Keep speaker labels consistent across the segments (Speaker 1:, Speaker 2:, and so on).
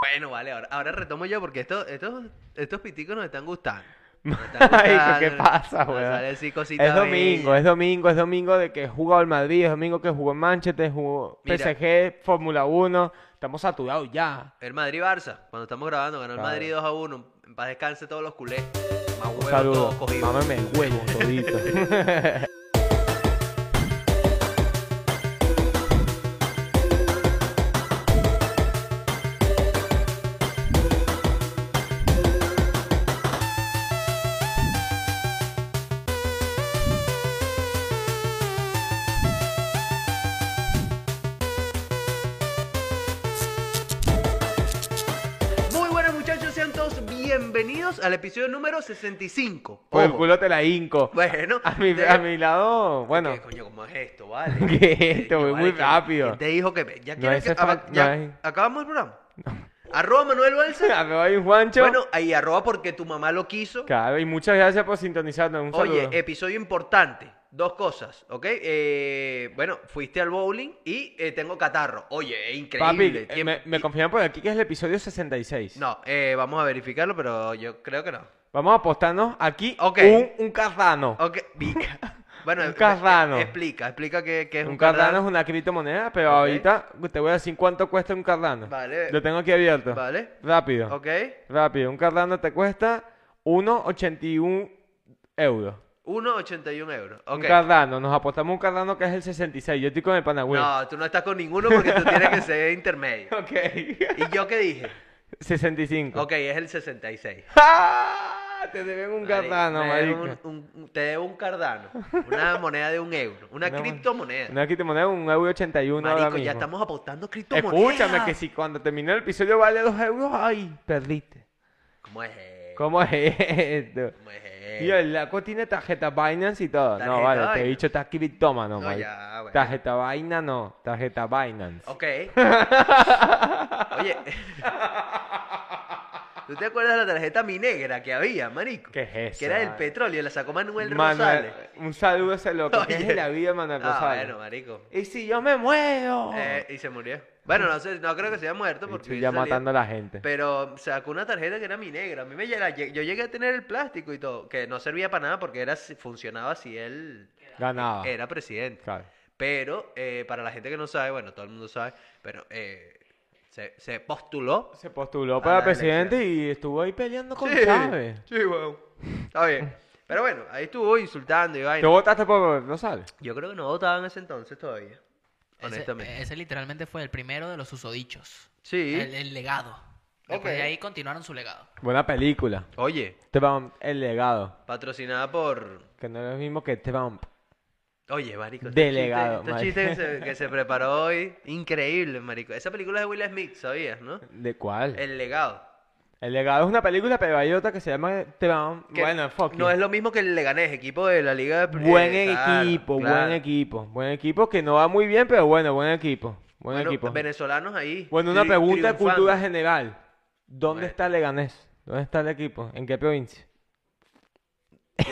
Speaker 1: Bueno, vale, ahora, ahora retomo yo porque esto, estos, estos piticos nos están gustando. Nos están
Speaker 2: Marico, ¿qué
Speaker 1: gustando,
Speaker 2: pasa,
Speaker 1: nos
Speaker 2: weón?
Speaker 1: sale así cosita
Speaker 2: Es domingo,
Speaker 1: bella.
Speaker 2: es domingo, es domingo de que jugó el Madrid, es domingo que jugó en Manchester, jugó
Speaker 1: Mira.
Speaker 2: PSG, Fórmula 1. Estamos saturados ya.
Speaker 1: El Madrid-Barça, cuando estamos grabando, ganó el
Speaker 2: Claro.
Speaker 1: Madrid 2 a 1. En paz descanse todos los culés. Más
Speaker 2: Un
Speaker 1: huevos
Speaker 2: saludo.
Speaker 1: todos cogidos.
Speaker 2: Mámame el huevo todito.
Speaker 1: Muy buenas muchachos, sean todos bienvenidos al episodio número 65.
Speaker 2: Por el
Speaker 1: Ojo.
Speaker 2: Pues, culo te la hinco.
Speaker 1: Bueno,
Speaker 2: A mi,
Speaker 1: de-
Speaker 2: a mi lado, bueno,
Speaker 1: ¿Qué coño? ¿Cómo es esto? Vale.
Speaker 2: ¿Qué es esto?
Speaker 1: Coño,
Speaker 2: Voy muy
Speaker 1: ¿quién-
Speaker 2: rápido.
Speaker 1: quién te dijo que. ¿Ya
Speaker 2: No
Speaker 1: quieres que.?
Speaker 2: hace
Speaker 1: aba-
Speaker 2: fal-
Speaker 1: ya-
Speaker 2: no hay-
Speaker 1: ¿Acabamos el programa? Arroba Manuel Balsa.
Speaker 2: a me voy un Juancho.
Speaker 1: bueno, ahí arroba porque tu mamá lo quiso.
Speaker 2: Claro, y muchas gracias por sintonizarnos. Un saludo.
Speaker 1: Oye, episodio importante. Dos cosas, ¿ok? Eh, bueno, fuiste al bowling y eh, tengo catarro. Oye, es increíble.
Speaker 2: Papi, eh,
Speaker 1: Tiem-
Speaker 2: me, me confirman por aquí que es el episodio 66.
Speaker 1: No, eh, vamos a verificarlo, pero yo creo que no.
Speaker 2: Vamos a apostarnos aquí
Speaker 1: Ok.
Speaker 2: un, un cardano.
Speaker 1: Ok, vi- Bueno,
Speaker 2: Un
Speaker 1: eh,
Speaker 2: cardano.
Speaker 1: eh, explica, explica qué, qué es
Speaker 2: Un,
Speaker 1: un,
Speaker 2: cardano, es una criptomoneda, pero
Speaker 1: Ok.
Speaker 2: ahorita te voy a decir cuánto cuesta un cardano.
Speaker 1: Vale.
Speaker 2: Lo tengo aquí abierto.
Speaker 1: Vale.
Speaker 2: Rápido.
Speaker 1: Ok.
Speaker 2: Rápido. Un cardano te cuesta 1,81 euros.
Speaker 1: 1,81 euros.
Speaker 2: Un
Speaker 1: Ok.
Speaker 2: cardano. Nos apostamos un cardano que es el 66. Yo estoy con el Panagüey.
Speaker 1: No, tú no estás con ninguno porque tú tienes que ser intermedio.
Speaker 2: Ok.
Speaker 1: ¿Y yo qué dije?
Speaker 2: 65.
Speaker 1: Ok, es el 66.
Speaker 2: ¡Ah! Te deben un
Speaker 1: Marico,
Speaker 2: cardano,
Speaker 1: me debo
Speaker 2: marico.
Speaker 1: un- un- Te debo un cardano. Una moneda de un euro. Una,
Speaker 2: Una mon-
Speaker 1: criptomoneda.
Speaker 2: No, aquí te moneda un euro 81 ahora
Speaker 1: Marico, ya
Speaker 2: mismo.
Speaker 1: estamos apostando criptomonedas.
Speaker 2: Escúchame, que si cuando terminó el episodio vale 2 euros, ¡ay! Perdiste.
Speaker 1: ¿Cómo es esto?
Speaker 2: ¿Cómo es esto?
Speaker 1: ¿Cómo es esto?
Speaker 2: Tío, el Laco tiene tarjeta Binance y todo. no,
Speaker 1: Eh, Tarjeta
Speaker 2: vale, este te he
Speaker 1: Binance.
Speaker 2: dicho, estás criptómano,
Speaker 1: No,
Speaker 2: marico.
Speaker 1: ya, bueno. Oh,
Speaker 2: Tarjeta Binance no, tarjeta Binance.
Speaker 1: Ok. Oye. ¿Tú te acuerdas de la tarjeta minegra que había, marico?
Speaker 2: ¿Qué es eso,
Speaker 1: Que era del
Speaker 2: vale?
Speaker 1: petróleo, la sacó Manuel
Speaker 2: Manuel,
Speaker 1: Rosales.
Speaker 2: un saludo a ese loco. ¿Qué es
Speaker 1: Oye.
Speaker 2: de la vida, Manuel
Speaker 1: Ah,
Speaker 2: Rosales?
Speaker 1: bueno, marico.
Speaker 2: Y si yo me muero.
Speaker 1: Eh, y se murió. Bueno, no sé, no creo que se haya muerto porque
Speaker 2: Estoy
Speaker 1: hubiese
Speaker 2: ya
Speaker 1: salido.
Speaker 2: matando a la gente.
Speaker 1: Pero sacó una tarjeta que era mi negra. A mí me llega- yo llegué a tener el plástico y todo, que no servía para nada porque era si- funcionaba si él
Speaker 2: Ganaba.
Speaker 1: era presidente.
Speaker 2: Claro.
Speaker 1: Pero eh, para la gente que no sabe, bueno, todo el mundo sabe, pero eh, se, se postuló.
Speaker 2: Se postuló
Speaker 1: A
Speaker 2: para
Speaker 1: la
Speaker 2: presidente y estuvo ahí peleando con
Speaker 1: sí,
Speaker 2: Chávez.
Speaker 1: Sí, weón. Está bien. Pero bueno, ahí estuvo insultando y vaina.
Speaker 2: ¿Tú votaste por Rosales?
Speaker 1: Yo creo que no votaban en ese entonces todavía.
Speaker 3: Ese-
Speaker 1: Honestamente.
Speaker 3: Ese, literalmente fue el primero de los usodichos.
Speaker 1: Sí.
Speaker 3: El, el legado. Después
Speaker 1: Ok.
Speaker 3: de ahí continuaron su legado.
Speaker 2: Buena película.
Speaker 1: Oye,
Speaker 2: Trump, el legado.
Speaker 1: patrocinada por
Speaker 2: Que no es lo mismo que Trump.
Speaker 1: Oye, marico.
Speaker 2: Delegado,
Speaker 1: Este chiste, este chiste que, se, que se preparó hoy, increíble, marico. Esa película es de Will Smith, ¿sabías, no?
Speaker 2: ¿De cuál? El...
Speaker 1: El legado.
Speaker 2: legado es una película, pero hay otra que se llama Trump.
Speaker 1: Que
Speaker 2: Bueno, fuck
Speaker 1: No
Speaker 2: you.
Speaker 1: es lo mismo que el Leganés, equipo de la Liga de
Speaker 2: Buen
Speaker 1: eh, claro,
Speaker 2: equipo,
Speaker 1: claro.
Speaker 2: buen equipo. Buen equipo que no va muy bien, pero bueno, buen equipo. Buen
Speaker 1: Bueno,
Speaker 2: equipo.
Speaker 1: venezolanos ahí.
Speaker 2: Bueno, una
Speaker 1: tri-
Speaker 2: pregunta de
Speaker 1: triunfando.
Speaker 2: cultura general. ¿Dónde
Speaker 1: Bueno.
Speaker 2: está Leganés? ¿Dónde está el equipo? ¿En qué provincia?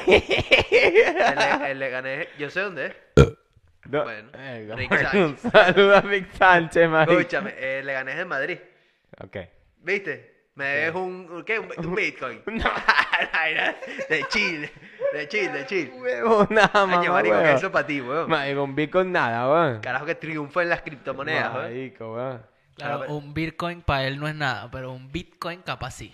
Speaker 1: El, Le- el Leganés, yo sé dónde es.
Speaker 2: Do-
Speaker 1: Bueno,
Speaker 2: Verga,
Speaker 1: Rick
Speaker 2: bueno,
Speaker 1: Sánchez.
Speaker 2: un saludo a Rick Sánchez, marico.
Speaker 1: Escúchame, el Leganés de Madrid.
Speaker 2: Ok.
Speaker 1: ¿Viste? Me debes un, ¿qué? Un, un Bitcoin.
Speaker 2: No.
Speaker 1: de Chile, de Chile, de Chile.
Speaker 2: Huevo, nada,
Speaker 1: Coño,
Speaker 2: mamá,
Speaker 1: marico,
Speaker 2: huevo.
Speaker 1: eso para ti, weón.
Speaker 2: Marico, un Bitcoin nada, weón.
Speaker 1: Carajo que triunfó en las criptomonedas, weón.
Speaker 2: Marico, weón.
Speaker 3: Claro,
Speaker 1: Claro, pero-
Speaker 3: un Bitcoin para él no es nada, pero un Bitcoin capaz sí.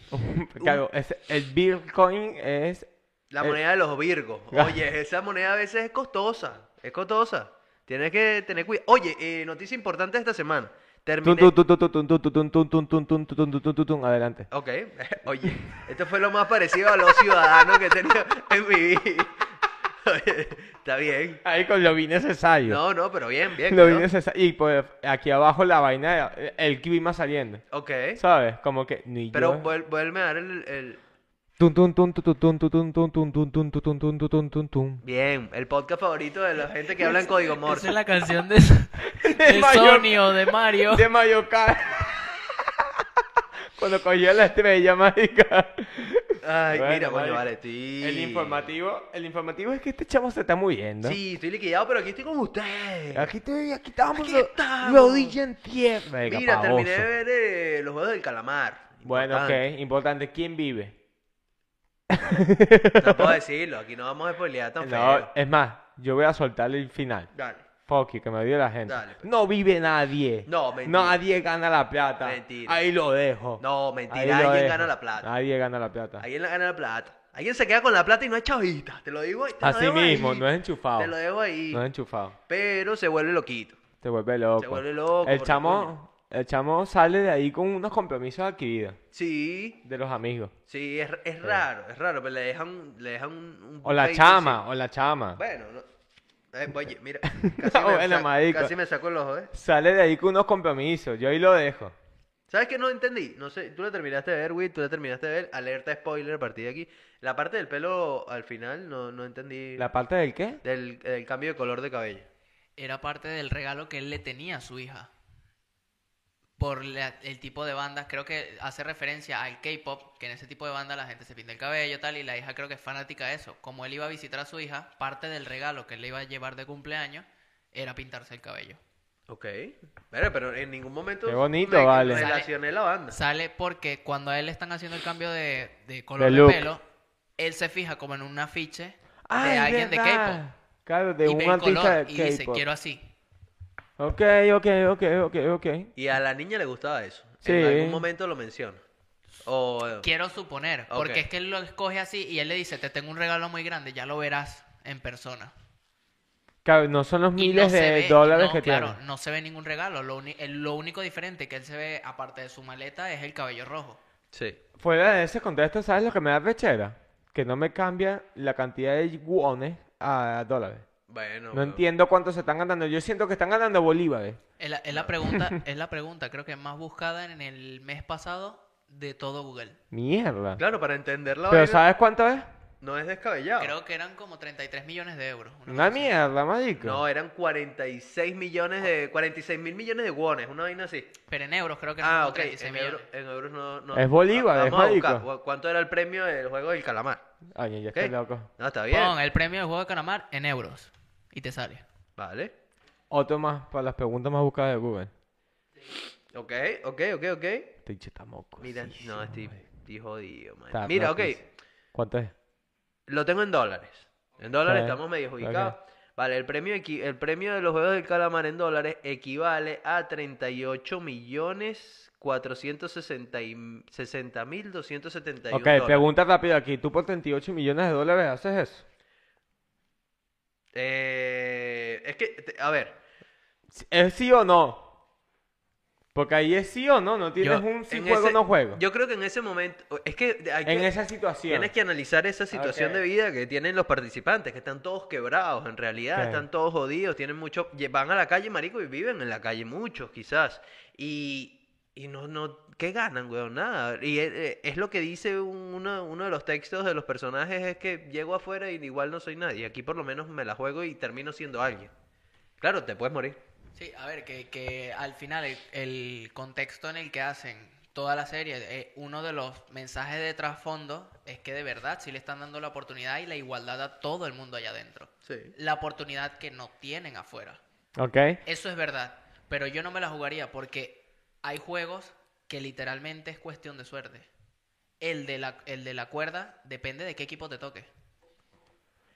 Speaker 2: Claro, es- el Bitcoin es.
Speaker 1: La
Speaker 2: Eh,
Speaker 1: moneda de los virgos.
Speaker 2: claro.
Speaker 1: Oye, esa moneda a veces es costosa. Es costosa. Tienes que tener cuidado. Oye, eh, noticia importante de esta semana.
Speaker 2: Tun,
Speaker 1: Terminé.
Speaker 2: tun, tun, tun, tun, tun, tun, tun, tun, tun, tun, tun, tun, tun, tun, tun, tun. Adelante.
Speaker 1: Ok. Oye, esto fue lo más parecido a los ciudadanos que he tenido en mi vida. Oye, está bien.
Speaker 2: Ahí con lo vi necesario.
Speaker 1: No, no, pero bien, bien.
Speaker 2: Lo vi
Speaker 1: ¿no?
Speaker 2: necesario. Y pues aquí abajo la vaina, de- el clima saliendo.
Speaker 1: Ok.
Speaker 2: ¿Sabes? Como que ni
Speaker 1: Pero
Speaker 2: yo.
Speaker 1: vuel- vuelve a dar el, el-
Speaker 2: Tun, tun, tun, tun, tun, tun, tun, tun, tun, tun, tun, tun, tun, tun, tun, tun, tun.
Speaker 1: Bien, el podcast favorito de la gente que habla en código
Speaker 3: Esa
Speaker 1: Morse.
Speaker 3: es la canción de,
Speaker 2: De
Speaker 3: de
Speaker 2: Mario-
Speaker 3: Sony o de Mario.
Speaker 2: De Mayocar. Cuando cogió la estrella mágica.
Speaker 1: Ay,
Speaker 2: Bueno,
Speaker 1: mira, coño,
Speaker 2: marico.
Speaker 1: vale, estoy...
Speaker 2: El informativo, el informativo es que este chamo se está muriendo.
Speaker 1: Sí, estoy liquidado, pero aquí estoy con ustedes.
Speaker 2: Aquí estoy, aquí estamos.
Speaker 1: Aquí
Speaker 2: lo-
Speaker 1: estamos.
Speaker 2: Rodilla en tierra. Verga,
Speaker 1: Mira,
Speaker 2: pavoso.
Speaker 1: terminé de ver eh, los juegos del calamar.
Speaker 2: Bueno,
Speaker 1: Importante.
Speaker 2: ok, importante. ¿Quién vive?
Speaker 1: No puedo decirlo, aquí no vamos a spoilear tan
Speaker 2: No,
Speaker 1: feo.
Speaker 2: es más, yo voy a soltar el final.
Speaker 1: Dale.
Speaker 2: Fuck you, que me odie la gente.
Speaker 1: Dale, pues.
Speaker 2: No vive nadie.
Speaker 1: No, mentira.
Speaker 2: Nadie gana la plata.
Speaker 1: Mentira.
Speaker 2: Ahí lo dejo.
Speaker 1: No, mentira,
Speaker 2: Ahí lo
Speaker 1: alguien
Speaker 2: dejo. Ah.
Speaker 1: gana la plata.
Speaker 2: Nadie gana la plata.
Speaker 1: Alguien la gana la plata. Alguien se queda con la plata y no es chavita, te lo digo. ahí, Te lo
Speaker 2: Así
Speaker 1: dejo
Speaker 2: mismo,
Speaker 1: ahí.
Speaker 2: no es enchufado.
Speaker 1: Te lo dejo ahí.
Speaker 2: No es enchufado.
Speaker 1: Pero se vuelve loquito.
Speaker 2: Te vuelve loco.
Speaker 1: Se vuelve loco, porque
Speaker 2: El
Speaker 1: coño.
Speaker 2: chamo, el chamo sale de ahí con unos compromisos adquiridos
Speaker 1: Sí,
Speaker 2: de los amigos.
Speaker 1: sí, es, es raro, es raro, pero le dejan, le dejan un, un
Speaker 2: O la
Speaker 1: peito
Speaker 2: chama, o la chama.
Speaker 1: así. Bueno, no. eh, oye, mira, casi,
Speaker 2: No,
Speaker 1: me
Speaker 2: bueno,
Speaker 1: sa-
Speaker 2: marico.
Speaker 1: casi me sacó el ojo, ¿eh?
Speaker 2: Sale de ahí con unos compromisos. Yo ahí lo dejo.
Speaker 1: ¿Sabes qué no entendí? No sé, tú la terminaste de ver, Will, tú la terminaste de ver. Alerta spoiler a partir de aquí. La parte del pelo al final no, no entendí.
Speaker 2: ¿La parte del qué?
Speaker 1: Del, del cambio de color de cabello.
Speaker 3: Era parte del regalo que él le tenía a su hija. Por la- el tipo de bandas, creo que hace referencia al K-pop, que en ese tipo de bandas la gente se pinta el cabello tal, y la hija creo que es fanática de eso. Como él iba a visitar a su hija, parte del regalo que él le iba a llevar de cumpleaños era pintarse el cabello.
Speaker 1: Ok. Pero, pero en ningún momento.
Speaker 2: Qué bonito,
Speaker 1: me
Speaker 2: vale.
Speaker 1: Relacioné la banda.
Speaker 3: Sale porque cuando a él le están haciendo el cambio de, de color
Speaker 2: De
Speaker 3: de,
Speaker 2: look.
Speaker 3: pelo, él se fija como en un afiche
Speaker 2: Ah,
Speaker 3: de
Speaker 2: es
Speaker 3: alguien
Speaker 2: verdad.
Speaker 3: de K-pop.
Speaker 2: Claro, de
Speaker 3: y ve
Speaker 2: un
Speaker 3: el
Speaker 2: artista
Speaker 3: color
Speaker 2: de
Speaker 3: y dice,
Speaker 2: K-pop.
Speaker 3: quiero así.
Speaker 2: Ok, ok, ok, ok, ok.
Speaker 1: Y a la niña le gustaba eso.
Speaker 2: Sí.
Speaker 1: En algún momento lo menciona. O.
Speaker 3: Quiero suponer, porque
Speaker 1: Ok.
Speaker 3: es que él lo escoge así y él le dice, te tengo un regalo muy grande, ya lo verás en persona.
Speaker 2: Claro, no son los
Speaker 3: Y no
Speaker 2: miles
Speaker 3: se
Speaker 2: de
Speaker 3: ve-
Speaker 2: dólares
Speaker 3: no,
Speaker 2: que
Speaker 3: claro,
Speaker 2: tienen.
Speaker 3: no se ve ningún regalo. Lo, uni- el- lo único diferente que él se ve, aparte de su maleta, es el cabello rojo.
Speaker 1: Sí.
Speaker 2: Fuera de ese contexto, ¿sabes lo que me da pechera? Que no me cambia la cantidad de wones a dólares.
Speaker 1: Bueno.
Speaker 2: No
Speaker 1: pero-
Speaker 2: entiendo cuánto se están ganando. Yo siento que están ganando bolívares.
Speaker 3: Es la, es la pregunta, es la pregunta, creo que más buscada en el mes pasado de todo Google.
Speaker 2: Mierda.
Speaker 1: Claro, para entender la
Speaker 2: Pero
Speaker 1: vaina,
Speaker 2: ¿sabes cuánto es?
Speaker 1: no es descabellado.
Speaker 3: Creo que eran como 33 millones de euros. una
Speaker 2: Una
Speaker 3: cosa así.
Speaker 2: mierda, marico.
Speaker 1: No, eran 46 millones de. 46 mil millones de wones, una vaina así.
Speaker 3: Pero en euros creo que eran
Speaker 1: Ah,
Speaker 3: como
Speaker 1: ok.
Speaker 3: 36
Speaker 1: En,
Speaker 3: millones.
Speaker 1: euro- en euros no, no.
Speaker 2: Es Bolívar,
Speaker 1: Va-
Speaker 2: es
Speaker 1: vamos a
Speaker 2: marico.
Speaker 1: buscar, ¿cu- ¿Cuánto era el premio del juego del calamar?
Speaker 2: Oye, ya
Speaker 1: ¿Ok?
Speaker 2: estoy loco.
Speaker 1: No, está bien.
Speaker 3: Pon el premio del juego de calamar en euros. Y te sale.
Speaker 1: Vale.
Speaker 2: Otro más para las preguntas más buscadas de Google. Este
Speaker 1: Ok, ok, ok, ok.
Speaker 2: Estoy chetamoco.
Speaker 1: Mira,
Speaker 2: sí,
Speaker 1: no,
Speaker 2: sí,
Speaker 1: estoy,
Speaker 2: marico.
Speaker 1: estoy jodido, man.
Speaker 2: Está
Speaker 1: Mira, ok.
Speaker 2: rotísimo. ¿Cuánto es?
Speaker 1: Lo tengo en dólares. En dólares
Speaker 2: Ok,
Speaker 1: estamos medio
Speaker 2: ok.
Speaker 1: ubicados. Vale, el premio, equi- el premio de los juegos del calamar en dólares equivale a 38 millones 460 mil 271
Speaker 2: Ok, pregunta rápida aquí. ¿Tú por 38 millones de dólares haces eso?
Speaker 1: Eh, es que, te- a ver,
Speaker 2: ¿Es sí o no? Porque ahí es sí o no, no tienes
Speaker 3: Yo-
Speaker 2: un si
Speaker 1: en
Speaker 2: juego o
Speaker 1: ese-
Speaker 2: no juego.
Speaker 1: Yo creo que en ese momento, es que hay
Speaker 2: en
Speaker 1: que-
Speaker 2: esa situación.
Speaker 1: tienes que analizar esa situación
Speaker 2: Ok.
Speaker 1: de vida que tienen los participantes, que están todos quebrados, en realidad,
Speaker 2: Ok.
Speaker 1: están todos jodidos, tienen mucho, lle- van a la calle, marico, y viven en la calle muchos, quizás, y, y no, no, ¿qué ganan, weón? Nada, y eh, eh, es, lo que dice uno, uno de los textos de los personajes, es que llego afuera y igual no soy nadie, aquí por lo menos me la juego y termino siendo alguien. Claro, te puedes morir.
Speaker 3: Sí, a ver, que, que al final el, el contexto en el que hacen toda la serie, eh, uno de los mensajes de trasfondo es que de verdad sí le están dando la oportunidad y la igualdad a todo el mundo allá adentro.
Speaker 1: Sí.
Speaker 3: La oportunidad que no tienen afuera.
Speaker 2: Ok.
Speaker 3: Eso es verdad, pero yo no me la jugaría porque hay juegos que literalmente es cuestión de suerte. El de la, el de la cuerda depende de qué equipo te toque.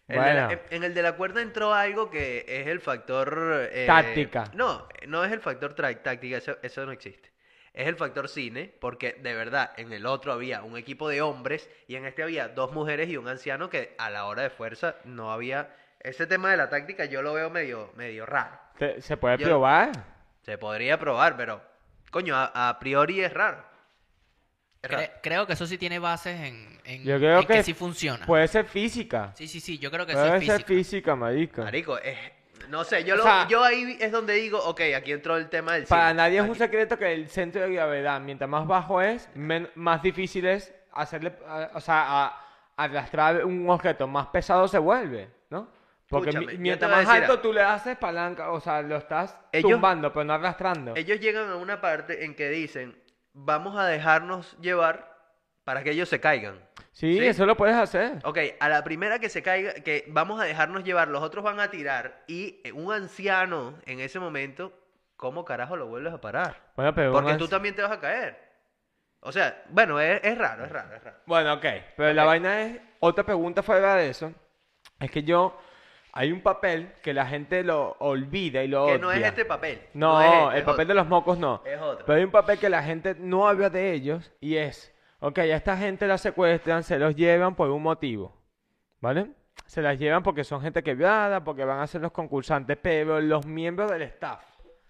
Speaker 1: El de la-
Speaker 2: Bueno.
Speaker 1: en, en el de la cuerda entró algo que es el factor... eh,
Speaker 2: Táctica.
Speaker 1: No, no es el factor tra- táctica, eso, eso no existe. Es el factor cine, porque de verdad, en el otro había un equipo de hombres y en este había dos mujeres y un anciano que a la hora de fuerza no había... Ese tema de la táctica yo lo veo medio, medio raro.
Speaker 2: Te- ¿Se puede
Speaker 1: Yo-
Speaker 2: probar?
Speaker 1: Se podría probar, pero... Coño, a, a priori es raro. Es raro.
Speaker 3: Cre- creo que eso sí tiene bases en, en-
Speaker 2: Yo creo
Speaker 3: en que,
Speaker 2: que
Speaker 3: sí funciona.
Speaker 2: Puede ser física.
Speaker 3: Sí, sí, sí, yo creo que eso
Speaker 2: Puede
Speaker 3: es
Speaker 2: ser
Speaker 3: física.
Speaker 2: física, marico.
Speaker 1: Marico, es... No sé, yo,
Speaker 2: O
Speaker 1: lo,
Speaker 2: sea-
Speaker 1: yo ahí es donde digo, ok, aquí entró el tema del
Speaker 2: Para
Speaker 1: cine.
Speaker 2: nadie es
Speaker 1: Aquí-
Speaker 2: un secreto que el centro de gravedad, mientras más bajo es, men- más difícil es hacerle, a- o sea, a- arrastrar un objeto, más pesado se vuelve, ¿no? Porque mi-
Speaker 1: Escúchame, yo te
Speaker 2: mientras
Speaker 1: voy a
Speaker 2: más
Speaker 1: decir
Speaker 2: alto
Speaker 1: algo.
Speaker 2: tú le haces palanca, o sea, lo estás
Speaker 1: Ellos-
Speaker 2: tumbando, pero no arrastrando.
Speaker 1: Ellos llegan a una parte en que dicen, vamos a dejarnos llevar para que ellos se caigan.
Speaker 2: Sí,
Speaker 1: Sí.
Speaker 2: eso lo puedes hacer.
Speaker 1: Ok, a la primera que se caiga, que vamos a dejarnos llevar, los otros van a tirar y eh, un anciano en ese momento, ¿cómo carajo lo vuelves a parar?
Speaker 2: Bueno, pero
Speaker 1: Porque
Speaker 2: un
Speaker 1: tú
Speaker 2: ans-
Speaker 1: también te vas a caer. O sea, bueno, es, es raro, es raro, es raro.
Speaker 2: Bueno, ok. Pero la
Speaker 1: Ok.
Speaker 2: vaina es, otra pregunta fuera de eso, es que yo, hay un papel que la gente lo olvida y lo
Speaker 1: Que no es
Speaker 2: odia.
Speaker 1: este papel.
Speaker 2: No,
Speaker 1: es este,
Speaker 2: el
Speaker 1: es
Speaker 2: papel de
Speaker 1: otro.
Speaker 2: los mocos no.
Speaker 1: Es otro.
Speaker 2: Pero hay un papel que la gente no habla de ellos y es, ok, a esta gente la secuestran, se los llevan por un motivo, ¿vale? Se las llevan porque son gente quebrada, porque van a ser los concursantes, pero los miembros del staff,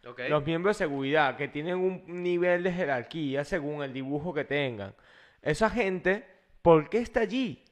Speaker 1: Ok.
Speaker 2: los miembros de seguridad, que tienen un nivel de jerarquía según el dibujo que tengan, esa gente, ¿por qué está allí?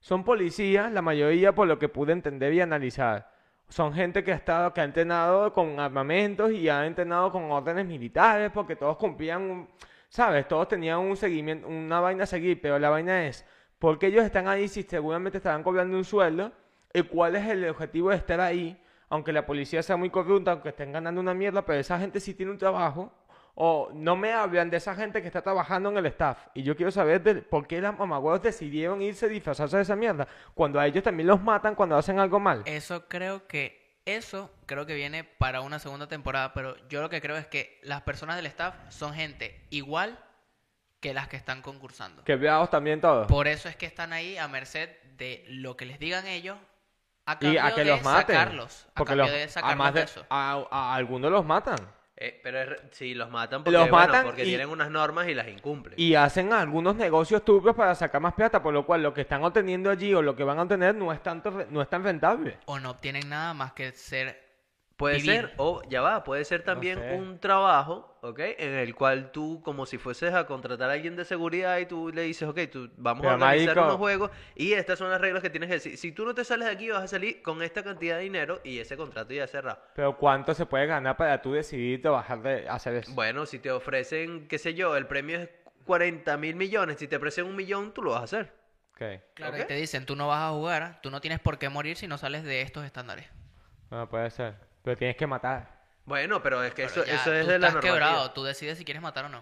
Speaker 2: Son policías, la mayoría por lo que pude entender y analizar. Son gente que ha estado, que ha entrenado con armamentos y ha entrenado con órdenes militares porque todos cumplían, un- ¿sabes? Todos tenían un seguimiento, una vaina a seguir, pero la vaina es, ¿por qué ellos están ahí si seguramente estarán cobrando un sueldo? ¿Y cuál es el objetivo de estar ahí? Aunque la policía sea muy corrupta, aunque estén ganando una mierda, pero esa gente sí tiene un trabajo. O no me hablan de esa gente que está trabajando en el staff. Y yo quiero saber de por qué las mamagüeos decidieron irse disfrazarse de esa mierda. Cuando a ellos también los matan cuando hacen algo mal.
Speaker 3: Eso creo que. Eso creo que viene para una segunda temporada, pero yo lo que creo es que las personas del staff son gente igual que las que están concursando.
Speaker 2: Que veados también todos.
Speaker 3: Por eso es que están ahí a merced de lo que les digan ellos a
Speaker 2: y
Speaker 3: cambio
Speaker 2: a que
Speaker 3: de
Speaker 2: los maten.
Speaker 3: sacarlos. A
Speaker 2: porque
Speaker 3: cambio
Speaker 2: los,
Speaker 3: de sacarlos
Speaker 2: además
Speaker 3: de
Speaker 2: de-
Speaker 3: eso.
Speaker 2: a, a algunos los matan.
Speaker 1: Eh, pero es re- sí, los matan porque,
Speaker 2: Los
Speaker 1: bueno,
Speaker 2: matan
Speaker 1: porque
Speaker 2: y-
Speaker 1: tienen unas normas y las incumplen.
Speaker 2: Y hacen algunos negocios turbios para sacar más plata, por lo cual lo que están obteniendo allí o lo que van a obtener no es tanto re- no es tan rentable.
Speaker 3: O no obtienen nada más que ser
Speaker 1: Puede
Speaker 3: vivir.
Speaker 1: ser, o ya va, puede ser también
Speaker 2: sé.
Speaker 1: un trabajo, ¿ok? En el cual tú, como si fueses a contratar a alguien de seguridad y tú le dices, ok, tú, vamos a
Speaker 2: Pero,
Speaker 1: organizar
Speaker 2: marico.
Speaker 1: unos juegos y estas son las reglas que tienes que decir. Si tú no te sales de aquí, vas a salir con esta cantidad de dinero y ese contrato ya cerrado.
Speaker 2: Pero ¿cuánto se puede ganar para tú decidir trabajar de hacer eso?
Speaker 1: Bueno, si te ofrecen, qué sé yo, el premio es 40 mil millones, si te ofrecen un millón, tú lo vas a hacer.
Speaker 2: Ok.
Speaker 3: Claro,
Speaker 1: ¿Ok?
Speaker 3: y te dicen, tú no vas a jugar, tú no tienes por qué morir si no sales de estos estándares.
Speaker 2: No puede ser. Pero tienes que matar.
Speaker 1: Bueno, pero es que
Speaker 3: Pero
Speaker 1: eso,
Speaker 3: ya,
Speaker 1: eso es
Speaker 3: tú
Speaker 1: de la
Speaker 3: estás
Speaker 1: normativa.
Speaker 3: quebrado, tú decides si quieres matar o no.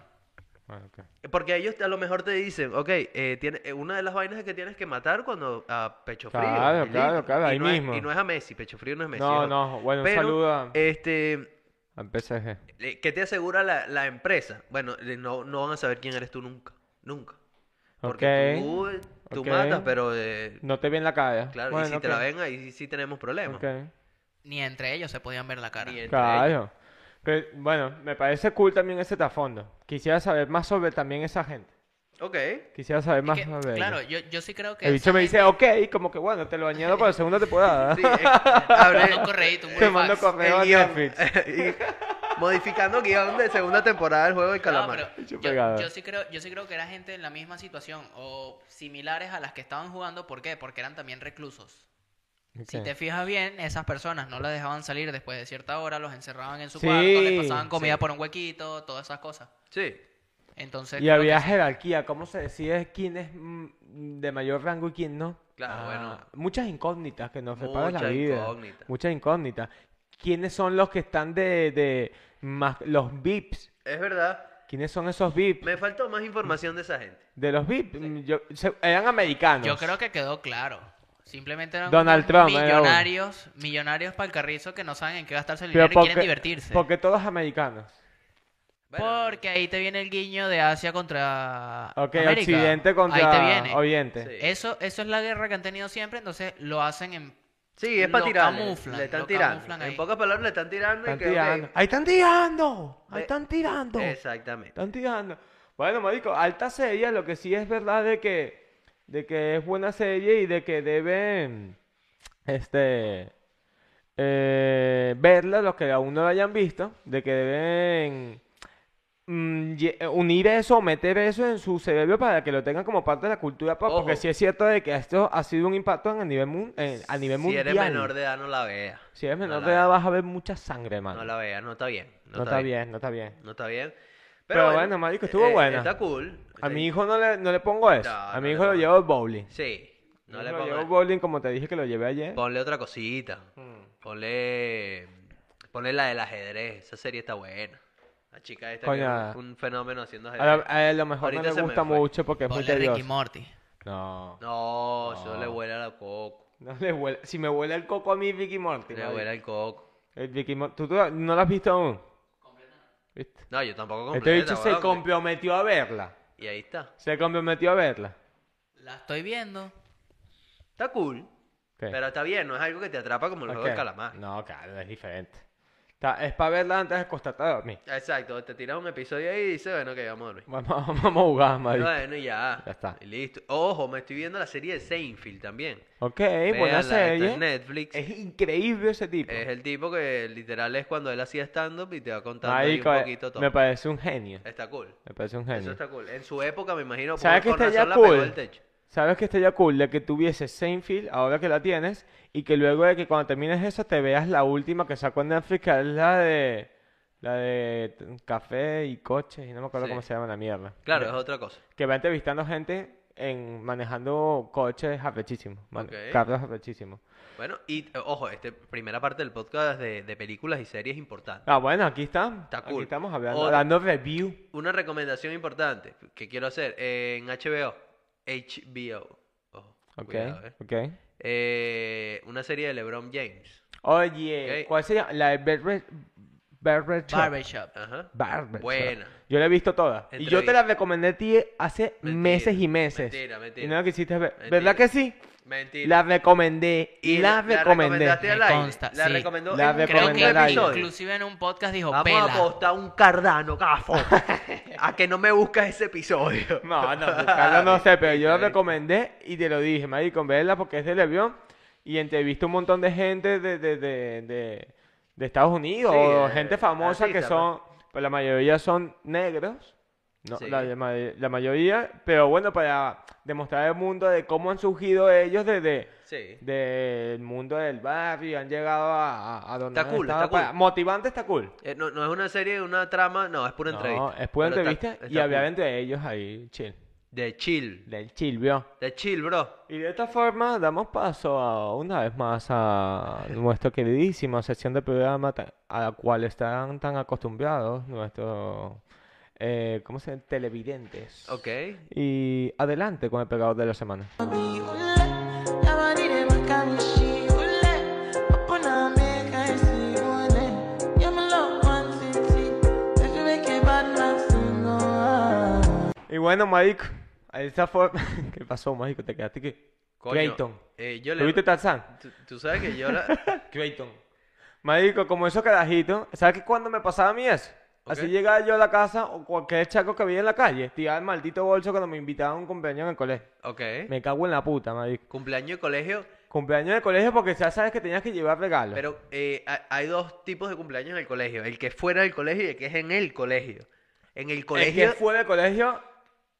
Speaker 2: Bueno, ok.
Speaker 1: Porque ellos a lo mejor te dicen, ok, eh, tiene, eh, una de las vainas es que tienes que matar cuando a Pecho Frío.
Speaker 2: Claro,
Speaker 1: y
Speaker 2: claro,
Speaker 1: listo.
Speaker 2: claro,
Speaker 1: Y
Speaker 2: ahí
Speaker 1: no es-
Speaker 2: mismo.
Speaker 1: y no es a Messi, Pecho Frío no es Messi.
Speaker 2: No,
Speaker 1: es otro.
Speaker 2: no. Bueno, un
Speaker 1: Pero,
Speaker 2: saludo a-
Speaker 1: Este,
Speaker 2: al PSG.
Speaker 1: eh, ¿qué te asegura la, la empresa? Bueno, eh, no, no van a saber quién eres tú nunca, nunca. Porque
Speaker 2: Ok,
Speaker 1: tú, eh, tú
Speaker 2: ok.
Speaker 1: matas, pero eh,
Speaker 2: No te vi en la cara.
Speaker 1: claro, y
Speaker 2: Bueno,
Speaker 1: si te la
Speaker 2: ok.
Speaker 1: ven ahí sí tenemos problemas.
Speaker 2: Ok.
Speaker 3: Ni entre ellos se podían ver la cara.
Speaker 1: Ni entre ellos.
Speaker 2: Claro. Pero, bueno, me parece cool también ese trasfondo. Quisiera saber más sobre también esa gente.
Speaker 1: Ok,
Speaker 2: Quisiera saber
Speaker 3: Es
Speaker 2: más
Speaker 3: que,
Speaker 2: sobre
Speaker 3: claro,
Speaker 2: ellos.
Speaker 3: yo, yo sí creo que...
Speaker 2: El
Speaker 3: esa
Speaker 2: bicho me
Speaker 3: gente-
Speaker 2: dice, ok, como que bueno, te lo añado para la segunda temporada.
Speaker 1: sí, eh, habré-
Speaker 3: Manda un correíto, un
Speaker 2: Te mando
Speaker 3: fax.
Speaker 2: correo a
Speaker 1: el guión.
Speaker 2: Netflix.
Speaker 1: Y modificando guión de segunda temporada del juego del
Speaker 3: No,
Speaker 1: calamar.
Speaker 3: pero
Speaker 2: Bicho
Speaker 3: yo-
Speaker 2: pegado.
Speaker 3: yo, sí creo, yo sí creo que era gente en la misma situación o similares a las que estaban jugando. ¿Por qué? Porque eran también reclusos. Si
Speaker 2: Ok.
Speaker 3: te fijas bien, esas personas no las dejaban salir después de cierta hora, los encerraban en su
Speaker 2: Sí,
Speaker 3: cuarto, les pasaban comida
Speaker 1: sí.
Speaker 3: por un huequito, todas esas cosas.
Speaker 1: Sí.
Speaker 3: Entonces,
Speaker 2: Y
Speaker 3: creo
Speaker 2: había
Speaker 3: que sí.
Speaker 2: jerarquía, ¿cómo se decide quién es mm, de mayor rango y quién no? Ah,
Speaker 1: Claro, bueno.
Speaker 2: Muchas incógnitas que nos preparan la
Speaker 1: Muchas
Speaker 2: vida.
Speaker 1: incógnitas.
Speaker 2: Muchas incógnitas. ¿Quiénes son los que están de, de más, los VIPs?
Speaker 1: Es verdad.
Speaker 2: ¿Quiénes son esos VIPs?
Speaker 1: Me faltó más información de esa gente.
Speaker 2: De los VIPs, mm, yo- se- eran americanos.
Speaker 3: Yo creo que quedó claro. Simplemente eran
Speaker 2: Donald
Speaker 3: unos
Speaker 2: Trump, era uno.
Speaker 3: millonarios, millonarios para el carrizo que no saben en qué gastarse el
Speaker 2: Pero
Speaker 3: dinero y
Speaker 2: porque-
Speaker 3: quieren divertirse.
Speaker 2: Porque todos americanos.
Speaker 1: Bueno,
Speaker 3: Porque ahí te viene el guiño de Asia contra
Speaker 2: Ok,
Speaker 3: América.
Speaker 2: Occidente contra
Speaker 3: Ahí te viene.
Speaker 2: Oriente.
Speaker 1: Sí.
Speaker 3: Eso, eso es la guerra que han tenido siempre, entonces lo hacen en...
Speaker 1: sí, es para
Speaker 3: lo
Speaker 1: tirar.
Speaker 3: camuflan,
Speaker 1: Le están
Speaker 3: lo
Speaker 1: tirando.
Speaker 3: camuflan
Speaker 1: En
Speaker 3: ahí.
Speaker 1: pocas palabras le están tirando
Speaker 2: Están
Speaker 1: y que ok,
Speaker 2: tirando. Ahí están tirando. Ahí
Speaker 1: Ve-
Speaker 2: están tirando.
Speaker 1: Exactamente.
Speaker 2: Están tirando. Bueno, marico, alta serie, lo que sí es verdad de que, de que es buena serie y de que deben, este, eh, verla, los que aún no la hayan visto, de que deben mm, lle- eh, unir eso, meter eso en su cerebro para que lo tengan como parte de la cultura pop, porque
Speaker 1: Ojo.
Speaker 2: sí es cierto de que esto ha sido un impacto en el nivel mun- en- a nivel
Speaker 1: Si
Speaker 2: mundial.
Speaker 1: eres menor de edad, no la veas.
Speaker 2: Si eres menor
Speaker 1: la
Speaker 2: de edad
Speaker 1: veas.
Speaker 2: vas a ver mucha sangre, mano.
Speaker 1: No la veas, no está bien.
Speaker 2: No está bien, no está bien.
Speaker 1: No está bien. eh,
Speaker 2: Pero bueno, marico, estuvo buena.
Speaker 1: Está cool.
Speaker 2: A mi
Speaker 1: Sí.
Speaker 2: hijo no le, no le pongo eso.
Speaker 1: No,
Speaker 2: a
Speaker 1: no
Speaker 2: mi
Speaker 1: le
Speaker 2: hijo lo
Speaker 1: pongo.
Speaker 2: llevo al bowling.
Speaker 1: Sí. No
Speaker 2: Yo
Speaker 1: le
Speaker 2: lo llevo al
Speaker 1: pongas.
Speaker 2: bowling como te dije que lo llevé ayer.
Speaker 1: Ponle otra cosita. Ponle. Ponle la del ajedrez. Esa serie está buena. La chica esta que
Speaker 2: Coña.
Speaker 1: es un, un fenómeno haciendo
Speaker 2: A,
Speaker 1: ajedrez.
Speaker 2: lo- a lo mejor
Speaker 1: Ahorita
Speaker 2: no
Speaker 1: se
Speaker 2: me
Speaker 1: me
Speaker 2: gusta
Speaker 1: fue.
Speaker 2: mucho porque es muy
Speaker 3: Ponle Ricky
Speaker 2: tedioso.
Speaker 3: Morty.
Speaker 2: No.
Speaker 1: No, eso le
Speaker 2: No.
Speaker 1: huele a la coco.
Speaker 2: No le huele. Si me huele el coco a mí, Vicky Morty.
Speaker 1: Le
Speaker 2: marico.
Speaker 1: huele al coco.
Speaker 2: El Vicky Mor- ¿Tú, tú- no la has visto aún? ¿Viste?
Speaker 1: No, yo tampoco
Speaker 2: Este
Speaker 1: compré.
Speaker 2: bicho se comprometió a verla.
Speaker 1: Y ahí está.
Speaker 2: Se comprometió a verla.
Speaker 3: La estoy viendo.
Speaker 1: Está cool.
Speaker 2: ¿Qué?
Speaker 1: Pero está bien, no es algo que te atrapa como el juego del
Speaker 2: Ok.
Speaker 1: calamar.
Speaker 2: No, claro, es diferente. Está- es para verla antes de acostarte a dormir.
Speaker 1: Exacto, te tiras un episodio ahí y dices, bueno, que vamos a dormir.
Speaker 2: Vamos, vamos a jugar, marico.
Speaker 1: Bueno, y ya.
Speaker 2: Ya está.
Speaker 1: Y listo. Ojo, me estoy viendo la serie de Seinfeld también.
Speaker 2: Ok,
Speaker 1: Véanla,
Speaker 2: buena
Speaker 1: está en
Speaker 2: serie.
Speaker 1: Netflix.
Speaker 2: Es increíble ese tipo.
Speaker 1: Es el tipo que literal es cuando él hacía stand-up y te va contando ahí
Speaker 2: Marico,
Speaker 1: un
Speaker 2: eh,
Speaker 1: poquito todo.
Speaker 2: me parece un genio.
Speaker 1: Está cool.
Speaker 2: Me parece un
Speaker 1: Eso
Speaker 2: genio.
Speaker 1: está cool. En su época, me imagino,
Speaker 2: ¿Sabes
Speaker 1: por-
Speaker 2: que
Speaker 1: con
Speaker 2: está ya
Speaker 1: razón la pegó
Speaker 2: cool?
Speaker 1: el techo.
Speaker 2: ¿Sabes que estaría cool de que tuviese Seinfeld ahora que la tienes y que luego de que cuando termines esa te veas la última que sacó en Netflix, que es la de la de t- café y coches y no me acuerdo
Speaker 1: Sí.
Speaker 2: cómo se llama la mierda.
Speaker 1: Claro,
Speaker 2: Que-
Speaker 1: es otra cosa.
Speaker 2: Que va entrevistando gente en manejando coches arrechísimos, man-
Speaker 1: Ok.
Speaker 2: carros arrechísimos.
Speaker 1: Bueno, y eh, ojo, este primera parte del podcast de, de películas y series importante.
Speaker 2: Ah, bueno, aquí está.
Speaker 1: Está
Speaker 2: Aquí
Speaker 1: cool.
Speaker 2: estamos hablando,
Speaker 1: Otra-
Speaker 2: dando review.
Speaker 1: Una recomendación importante que quiero hacer eh, en HBO. HBO. Ojo,
Speaker 2: Ok,
Speaker 1: cuidado, eh.
Speaker 2: ok.
Speaker 1: Eh, una serie de LeBron James.
Speaker 2: Oye,
Speaker 1: Ok.
Speaker 2: ¿cuál se llama? La de Barber, Barber Shop.
Speaker 3: Barbershop.
Speaker 1: Ajá.
Speaker 2: Barber
Speaker 1: Buena.
Speaker 2: Shop. Yo la he visto toda. Y yo te la recomendé a ti hace
Speaker 1: Mentira,
Speaker 2: meses y meses.
Speaker 1: mentira, mentira.
Speaker 2: Y no la quisiste ver.
Speaker 1: Mentira.
Speaker 2: ¿Verdad que sí?
Speaker 1: Mentira.
Speaker 2: La recomendé. Y la, recomendé.
Speaker 1: recomendaste al
Speaker 3: Me
Speaker 1: aire.
Speaker 3: consta,
Speaker 1: La
Speaker 3: sí.
Speaker 1: recomendó
Speaker 2: La
Speaker 1: en un
Speaker 3: Creo
Speaker 2: recomendé
Speaker 3: que
Speaker 2: al aire.
Speaker 1: episodio.
Speaker 3: inclusive en un podcast dijo
Speaker 1: Vamos a
Speaker 3: pela.
Speaker 1: apostar un cardano, gafo. a que no me buscas ese episodio.
Speaker 2: No, no, buscarla no sé, pero yo la
Speaker 1: Viste,
Speaker 2: recomendé y te lo dije, marico, verla porque es de Levión y entrevista un montón de gente de, de, de, de, de Estados Unidos
Speaker 1: Sí,
Speaker 2: o
Speaker 1: eh,
Speaker 2: gente famosa que
Speaker 1: artistas,
Speaker 2: son, pues la mayoría son negros, no,
Speaker 1: Sí.
Speaker 2: la, ma- la mayoría, pero bueno, para demostrar al mundo de cómo han surgido ellos desde
Speaker 1: Sí.
Speaker 2: del mundo del barrio, han llegado a, a- a donde
Speaker 1: Está
Speaker 2: han
Speaker 1: cool,
Speaker 2: estado
Speaker 1: está cool.
Speaker 2: para- Motivante está cool.
Speaker 1: Eh, no, no es una serie, una trama, no, es pura entrevista.
Speaker 2: No, es pura
Speaker 1: Pero está-
Speaker 2: entrevista y
Speaker 1: está
Speaker 2: hablar
Speaker 1: cool.
Speaker 2: entre ellos ahí, chill,
Speaker 1: De chill.
Speaker 2: del chill, ¿vio?
Speaker 1: De chill, bro.
Speaker 2: Y de esta forma damos paso a, una vez más a nuestra queridísima sección de programa ta- a la cual están tan acostumbrados nuestros, eh, ¿cómo se llama? Televidentes.
Speaker 1: Ok.
Speaker 2: Y adelante con el pegado de la semana. Y bueno, Marico, a esta forma... ¿Qué pasó, Marico? Te quedaste aquí.
Speaker 1: Coño,
Speaker 2: Clayton.
Speaker 1: eh, yo le...
Speaker 2: ¿Tuviste Tarzán?
Speaker 1: tú, tú sabes que yo la...
Speaker 2: Creighton. Marico, como esos carajitos, ¿sabes que cuando me pasaba a mí eso? Así
Speaker 1: Ok.
Speaker 2: llegaba yo a la casa o cualquier chaco que veía en la calle, tiraba el maldito bolso cuando me invitaban a un cumpleaños en el colegio.
Speaker 1: Ok.
Speaker 2: Me cago en la puta, marico.
Speaker 1: Cumpleaños de colegio.
Speaker 2: Cumpleaños de colegio porque ya sabes que tenías que llevar regalos.
Speaker 1: Pero eh, ha- hay dos tipos de cumpleaños en el colegio. El que es fuera del colegio y el que es en el colegio. En el colegio...
Speaker 2: Es que fuera del colegio,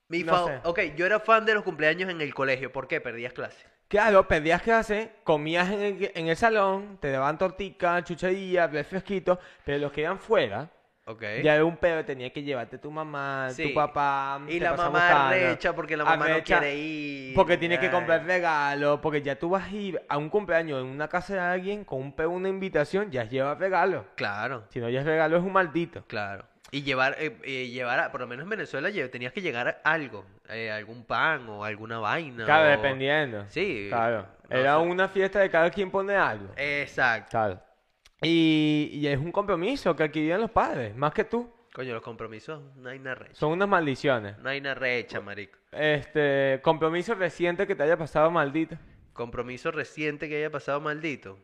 Speaker 1: mi
Speaker 2: no
Speaker 1: fa-
Speaker 2: sé.
Speaker 1: Ok, yo era fan de los cumpleaños en el colegio. ¿Por qué? Perdías clase.
Speaker 2: claro, pedías clase, comías en el, en el salón, te daban tortica, chuchería, refresquito, pero los que iban fuera,
Speaker 1: Ok.
Speaker 2: ya era un pedo, tenía que llevarte tu mamá,
Speaker 1: Sí.
Speaker 2: tu papá.
Speaker 1: Y
Speaker 2: te
Speaker 1: la
Speaker 2: pasaban
Speaker 1: mamá
Speaker 2: buscando.
Speaker 1: recha porque la mamá
Speaker 2: Arrecha.
Speaker 1: no quiere ir.
Speaker 2: Porque tienes que
Speaker 1: Ay.
Speaker 2: comprar regalos, porque ya tú vas a ir a un cumpleaños en una casa de alguien con un pe- una invitación, ya llevas regalo.
Speaker 1: Claro,
Speaker 2: Si no llevas regalo es un maldito.
Speaker 1: claro. Y llevar, eh, eh, llevar a- por lo menos en Venezuela lle- tenías que llegar a algo, eh, algún pan o alguna vaina.
Speaker 2: Claro,
Speaker 1: o-
Speaker 2: dependiendo.
Speaker 1: Sí,
Speaker 2: Claro.
Speaker 1: no
Speaker 2: Era
Speaker 1: sé. Eh.
Speaker 2: una fiesta de cada quien pone algo.
Speaker 1: Exacto.
Speaker 2: Claro. Y, y es un compromiso que adquirían los padres, más que tú.
Speaker 1: Coño, los compromisos, no hay una recha.
Speaker 2: Son unas maldiciones.
Speaker 1: No hay una recha, marico.
Speaker 2: Este, compromiso reciente que te haya pasado maldito.
Speaker 1: Compromiso reciente que haya pasado maldito.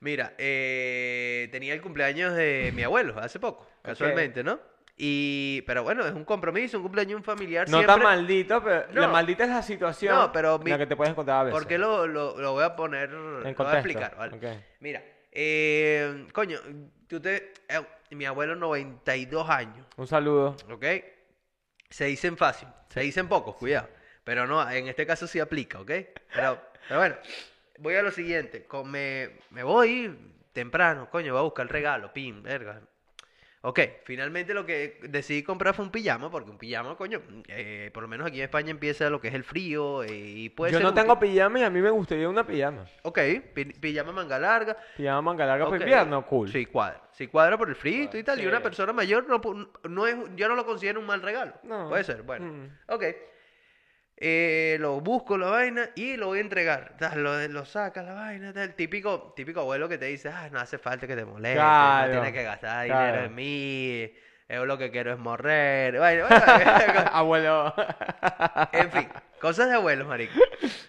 Speaker 1: Mira, eh, tenía el cumpleaños de mi abuelo hace poco, casualmente, ¿no? Y, pero bueno, es un compromiso, un cumpleaños de un familiar
Speaker 2: No tan
Speaker 1: siempre.
Speaker 2: maldito, pero la
Speaker 1: No.
Speaker 2: maldita es la situación
Speaker 1: No, pero
Speaker 2: en la
Speaker 1: mi-
Speaker 2: que te puedes encontrar a veces.
Speaker 1: ¿Por qué lo, lo- lo voy a poner? lo voy
Speaker 2: contexto,
Speaker 1: a explicar, ¿vale?
Speaker 2: ok.
Speaker 1: Mira, eh, coño, tú te. eh, mi abuelo, 92 años,
Speaker 2: Un saludo.
Speaker 1: ¿ok? Se dicen fácil, se dicen pocos, cuidado. Pero no, en este caso sí aplica, ¿ok? Pero, pero bueno, voy a lo siguiente. con- me, me voy temprano, coño, voy a buscar el regalo, pin, verga. Ok, finalmente lo que decidí comprar fue un pijama, porque un pijama, coño, eh, por lo menos aquí en España empieza lo que es el frío eh, y puede
Speaker 2: Yo
Speaker 1: ser
Speaker 2: no
Speaker 1: un-
Speaker 2: tengo pijama y a mí me gustaría una pijama.
Speaker 1: Ok, pi- pijama manga larga.
Speaker 2: Pijama manga larga
Speaker 1: ok.
Speaker 2: para invierno, cool.
Speaker 1: Sí, cuadra. Sí, cuadra por el frío y
Speaker 2: Cuadra,
Speaker 1: tal. Y
Speaker 2: sí.
Speaker 1: una persona mayor no, pu- no es, yo no lo considero un mal regalo.
Speaker 2: No.
Speaker 1: Puede ser, bueno.
Speaker 2: Mm.
Speaker 1: Ok. eh, lo busco la vaina y lo voy a entregar. Tas, Lo, lo sacas la vaina, tal. Típico, típico abuelo que te dice, ah, no hace falta que te moleste,
Speaker 2: Claro,
Speaker 1: no tienes que gastar
Speaker 2: claro.
Speaker 1: dinero en mí, yo lo que quiero es morrer. Vaina, vaina,
Speaker 2: Abuelo.
Speaker 1: en fin, cosas de abuelos, marico.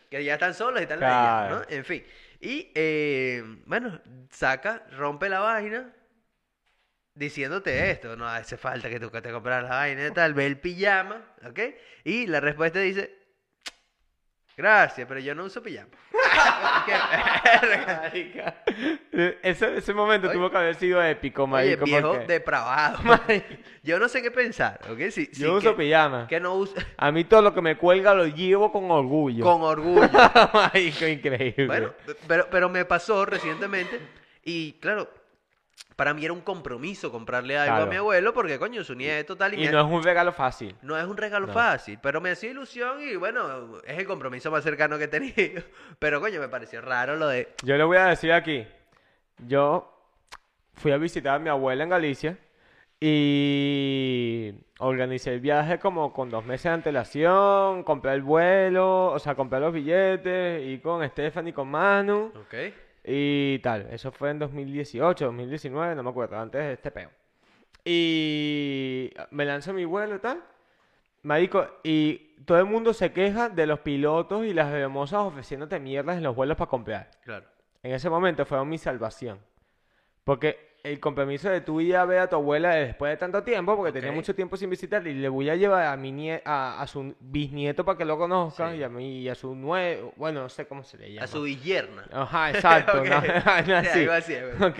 Speaker 1: Que ya están solos y están en la
Speaker 2: Claro.
Speaker 1: vida, ¿no? En fin. Y, eh, bueno, saca, rompe la vaina
Speaker 2: Mm.
Speaker 1: diciéndote esto. No hace falta que tú que te compras la vaina y tal. Ve el pijama, ¿ok? Y la respuesta dice, gracias, pero yo no uso pijama. ¿Qué verga?
Speaker 2: Marica. Ese, ese momento
Speaker 1: Oye.
Speaker 2: tuvo que haber sido épico,
Speaker 1: Oye,
Speaker 2: marico.
Speaker 1: viejo
Speaker 2: porque
Speaker 1: depravado. Yo no sé qué pensar, ¿ok? Si, si
Speaker 2: Yo uso
Speaker 1: que,
Speaker 2: pijama.
Speaker 1: que no uso
Speaker 2: A mí todo lo que me cuelga lo llevo con orgullo.
Speaker 1: con orgullo.
Speaker 2: marico, increíble.
Speaker 1: Bueno, pero, pero me pasó recientemente y claro, para mí era un compromiso comprarle algo
Speaker 2: Claro.
Speaker 1: a mi abuelo porque coño, su nieto tal y,
Speaker 2: y
Speaker 1: me-
Speaker 2: no es un regalo fácil.
Speaker 1: no es un regalo
Speaker 2: No.
Speaker 1: fácil, pero me hacía ilusión y bueno, es el compromiso más cercano que he tenido. Pero coño, me pareció raro lo de...
Speaker 2: Yo le voy a decir aquí. Yo fui a visitar a mi abuela en Galicia y organicé el viaje como con dos meses de antelación, compré el vuelo, o sea, compré los billetes, y con Stephanie, con Manu
Speaker 1: Ok.
Speaker 2: y tal. Eso fue en 2018, 2019, no me acuerdo, antes de este peo. Y me lanzo mi vuelo y tal. Marico, y todo el mundo se queja de los pilotos y las hermosas ofreciéndote mierdas en los vuelos para comprar.
Speaker 1: Claro.
Speaker 2: En ese momento fueron mi salvación. Porque el compromiso de tú ir a ver a tu abuela después de tanto tiempo, porque tenía
Speaker 1: Ok.
Speaker 2: mucho tiempo sin visitar, y le voy a llevar a mi nie- a, a su bisnieto para que lo conozca,
Speaker 1: Sí.
Speaker 2: y a mí, y a su nuevo, bueno, no sé cómo se le llama.
Speaker 1: A su villerna.
Speaker 2: Ajá, exacto.
Speaker 1: Ok.
Speaker 2: ¿no? Algo
Speaker 1: Sí,
Speaker 2: así.
Speaker 1: algo así, algo
Speaker 2: Ok.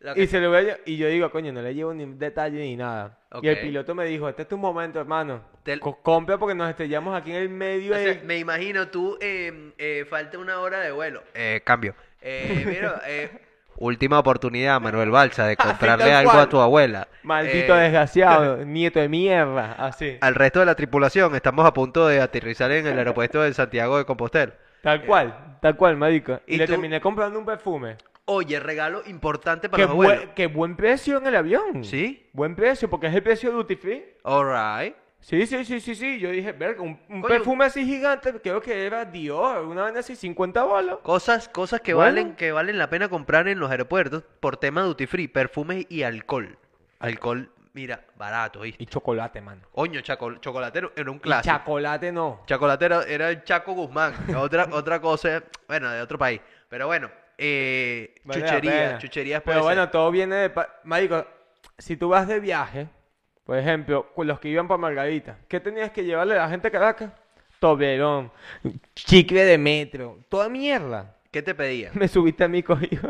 Speaker 1: Lo
Speaker 2: Y
Speaker 1: que-
Speaker 2: se lo voy a lle- y yo digo, coño, no le llevo ni un detalle ni nada. Y el
Speaker 1: Ok.
Speaker 2: piloto me dijo, este es tu momento, hermano.
Speaker 1: Te-
Speaker 2: Co- compra porque nos estrellamos aquí en el medio
Speaker 1: O sea,
Speaker 2: del-
Speaker 1: me imagino tú, eh, eh, falta una hora de vuelo. Eh, cambio. Eh, mira, eh, última oportunidad, Manuel Balsa, de
Speaker 2: Así
Speaker 1: comprarle
Speaker 2: tal
Speaker 1: algo
Speaker 2: cual.
Speaker 1: a tu abuela.
Speaker 2: Maldito
Speaker 1: Eh,
Speaker 2: desgraciado, nieto de mierda, así.
Speaker 1: Al resto de la tripulación, estamos a punto de aterrizar en el aeropuerto de Santiago de Compostela.
Speaker 2: Tal cual, tal cual, marico. Y,
Speaker 1: eh. ¿y
Speaker 2: le
Speaker 1: tú?
Speaker 2: terminé comprando un perfume.
Speaker 1: Oye, regalo importante para
Speaker 2: Que,
Speaker 1: los abuelos.
Speaker 2: buen- que buen precio en el avión.
Speaker 1: ¿Sí?
Speaker 2: Buen precio, porque es el precio de duty free.
Speaker 1: Alright.
Speaker 2: Sí, sí, sí, sí, sí. Yo dije, verga, un, un
Speaker 1: Coño.
Speaker 2: perfume así gigante, creo que era Dior, una vaina así, 50 bolos.
Speaker 1: Cosas, cosas que
Speaker 2: Bueno.
Speaker 1: valen, que valen la pena comprar en los aeropuertos por tema duty free, perfumes y alcohol. Alcohol, mira, barato, ¿viste?
Speaker 2: Y chocolate, mano.
Speaker 1: Oño, chaco- chocolatero era un
Speaker 2: Y
Speaker 1: clásico.
Speaker 2: chocolate no.
Speaker 1: Chocolatero era el Chaco Guzmán, otra, otra cosa, bueno, de otro país. Pero bueno, eh,
Speaker 2: Vale la
Speaker 1: chucherías,
Speaker 2: pena.
Speaker 1: chucherías
Speaker 2: Pero
Speaker 1: puede ser.
Speaker 2: bueno, todo viene de... pa- Marico, si tú vas de viaje, por ejemplo, con los que iban para Margarita, ¿qué tenías que llevarle a la gente a Caracas? Toblerón, chicle de metro, toda mierda.
Speaker 1: ¿Qué te pedía?
Speaker 2: Me subiste a mi cogido.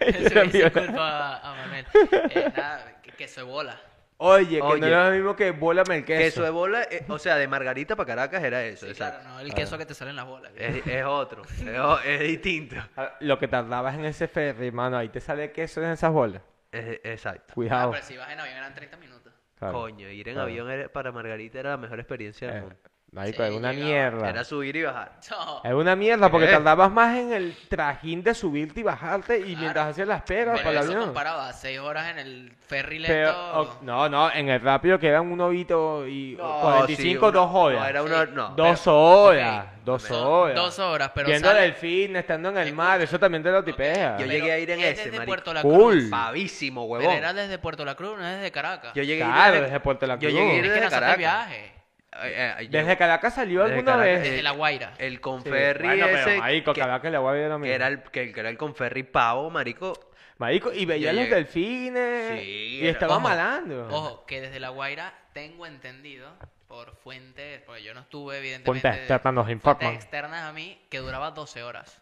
Speaker 2: Ese
Speaker 3: Eso
Speaker 2: era
Speaker 3: me hizo
Speaker 2: mío.
Speaker 3: culpa a Manuel. Eh, nada, que, que soy bola.
Speaker 2: Oye, que no
Speaker 1: Oye.
Speaker 2: era lo mismo que bólame el queso.
Speaker 1: Queso de bola, eh, o sea, de Margarita para Caracas era eso,
Speaker 3: Sí,
Speaker 1: exacto. Ah. Eh,
Speaker 3: claro, no, el queso que te sale en las bolas. Ah,
Speaker 1: Es, es otro, es, o- es distinto.
Speaker 2: Ah, Lo que tardabas en ese ferry, mano, ahí te sale queso en esas bolas.
Speaker 1: Es- exacto.
Speaker 3: Ah,
Speaker 2: Cuidado.
Speaker 3: pero si vas en avión eran 30 minutos.
Speaker 2: Claro.
Speaker 1: pues, Coño, ir en
Speaker 2: claro.
Speaker 1: avión era- para Margarita era la mejor experiencia del
Speaker 2: Eh,
Speaker 1: mundo.
Speaker 2: marico,
Speaker 3: Sí,
Speaker 2: es una
Speaker 3: llegaba.
Speaker 2: mierda.
Speaker 1: Era subir y bajar.
Speaker 3: No.
Speaker 2: Es una mierda porque
Speaker 1: ¿Qué?
Speaker 2: tardabas más en el trajín de subirte y bajarte y mientras hacías la espera
Speaker 3: Pero
Speaker 2: para el
Speaker 3: eso
Speaker 2: avión.
Speaker 3: comparaba 6 horas en el ferry lento.
Speaker 2: Pero, o- no, no, en el rápido que eran un horito y
Speaker 1: No,
Speaker 2: 45,
Speaker 1: Oh, sí,
Speaker 2: dos
Speaker 1: una-
Speaker 2: horas.
Speaker 1: No, era una,
Speaker 3: Sí.
Speaker 1: no.
Speaker 2: dos
Speaker 1: pero-
Speaker 2: horas,
Speaker 3: ok,
Speaker 2: dos
Speaker 3: Son
Speaker 2: horas.
Speaker 3: Dos horas, pero
Speaker 2: Viendo
Speaker 3: sale-
Speaker 2: delfín, estando en el mar, eso también te lo tipea.
Speaker 1: Yo
Speaker 3: Pero
Speaker 1: llegué a ir en
Speaker 3: es
Speaker 1: ese,
Speaker 3: desde
Speaker 1: marico.
Speaker 3: Puerto La
Speaker 2: Cool.
Speaker 3: Cruz.
Speaker 1: Pavísimo,
Speaker 3: Pero
Speaker 1: huevón.
Speaker 3: era desde Puerto La Cruz, no es desde Caracas.
Speaker 1: Yo llegué a ir
Speaker 2: Claro,
Speaker 1: desde-
Speaker 2: desde Puerto La
Speaker 1: Yo
Speaker 2: Cruz.
Speaker 1: llegué a
Speaker 3: es
Speaker 1: ir
Speaker 3: que
Speaker 1: desde
Speaker 3: no
Speaker 1: Caracas.
Speaker 3: de viaje.
Speaker 1: Eh, eh, yo-
Speaker 2: Desde Caracas salió
Speaker 1: Desde
Speaker 2: alguna
Speaker 1: Caracas,
Speaker 2: vez.
Speaker 1: eh,
Speaker 3: Desde La Guaira.
Speaker 1: El
Speaker 2: Sí,
Speaker 1: Conferri
Speaker 2: bueno, pero,
Speaker 1: ese,
Speaker 2: marico,
Speaker 1: que,
Speaker 2: Caracas le voy a ver a mí.
Speaker 1: que era el, que, que era el Conferri pavo, marico.
Speaker 2: Marico, y veía
Speaker 1: Yo
Speaker 2: los
Speaker 1: llegué.
Speaker 2: delfines.
Speaker 1: Sí,
Speaker 2: y
Speaker 1: era-
Speaker 2: estaba
Speaker 1: Ojo,
Speaker 2: malando.
Speaker 3: Ojo, que desde La Guaira tengo entendido por fuentes, porque yo no estuve, evidentemente.
Speaker 2: Fuentes externas nos
Speaker 3: fuentes
Speaker 2: informan.
Speaker 3: externas a mí, que duraba 12 horas.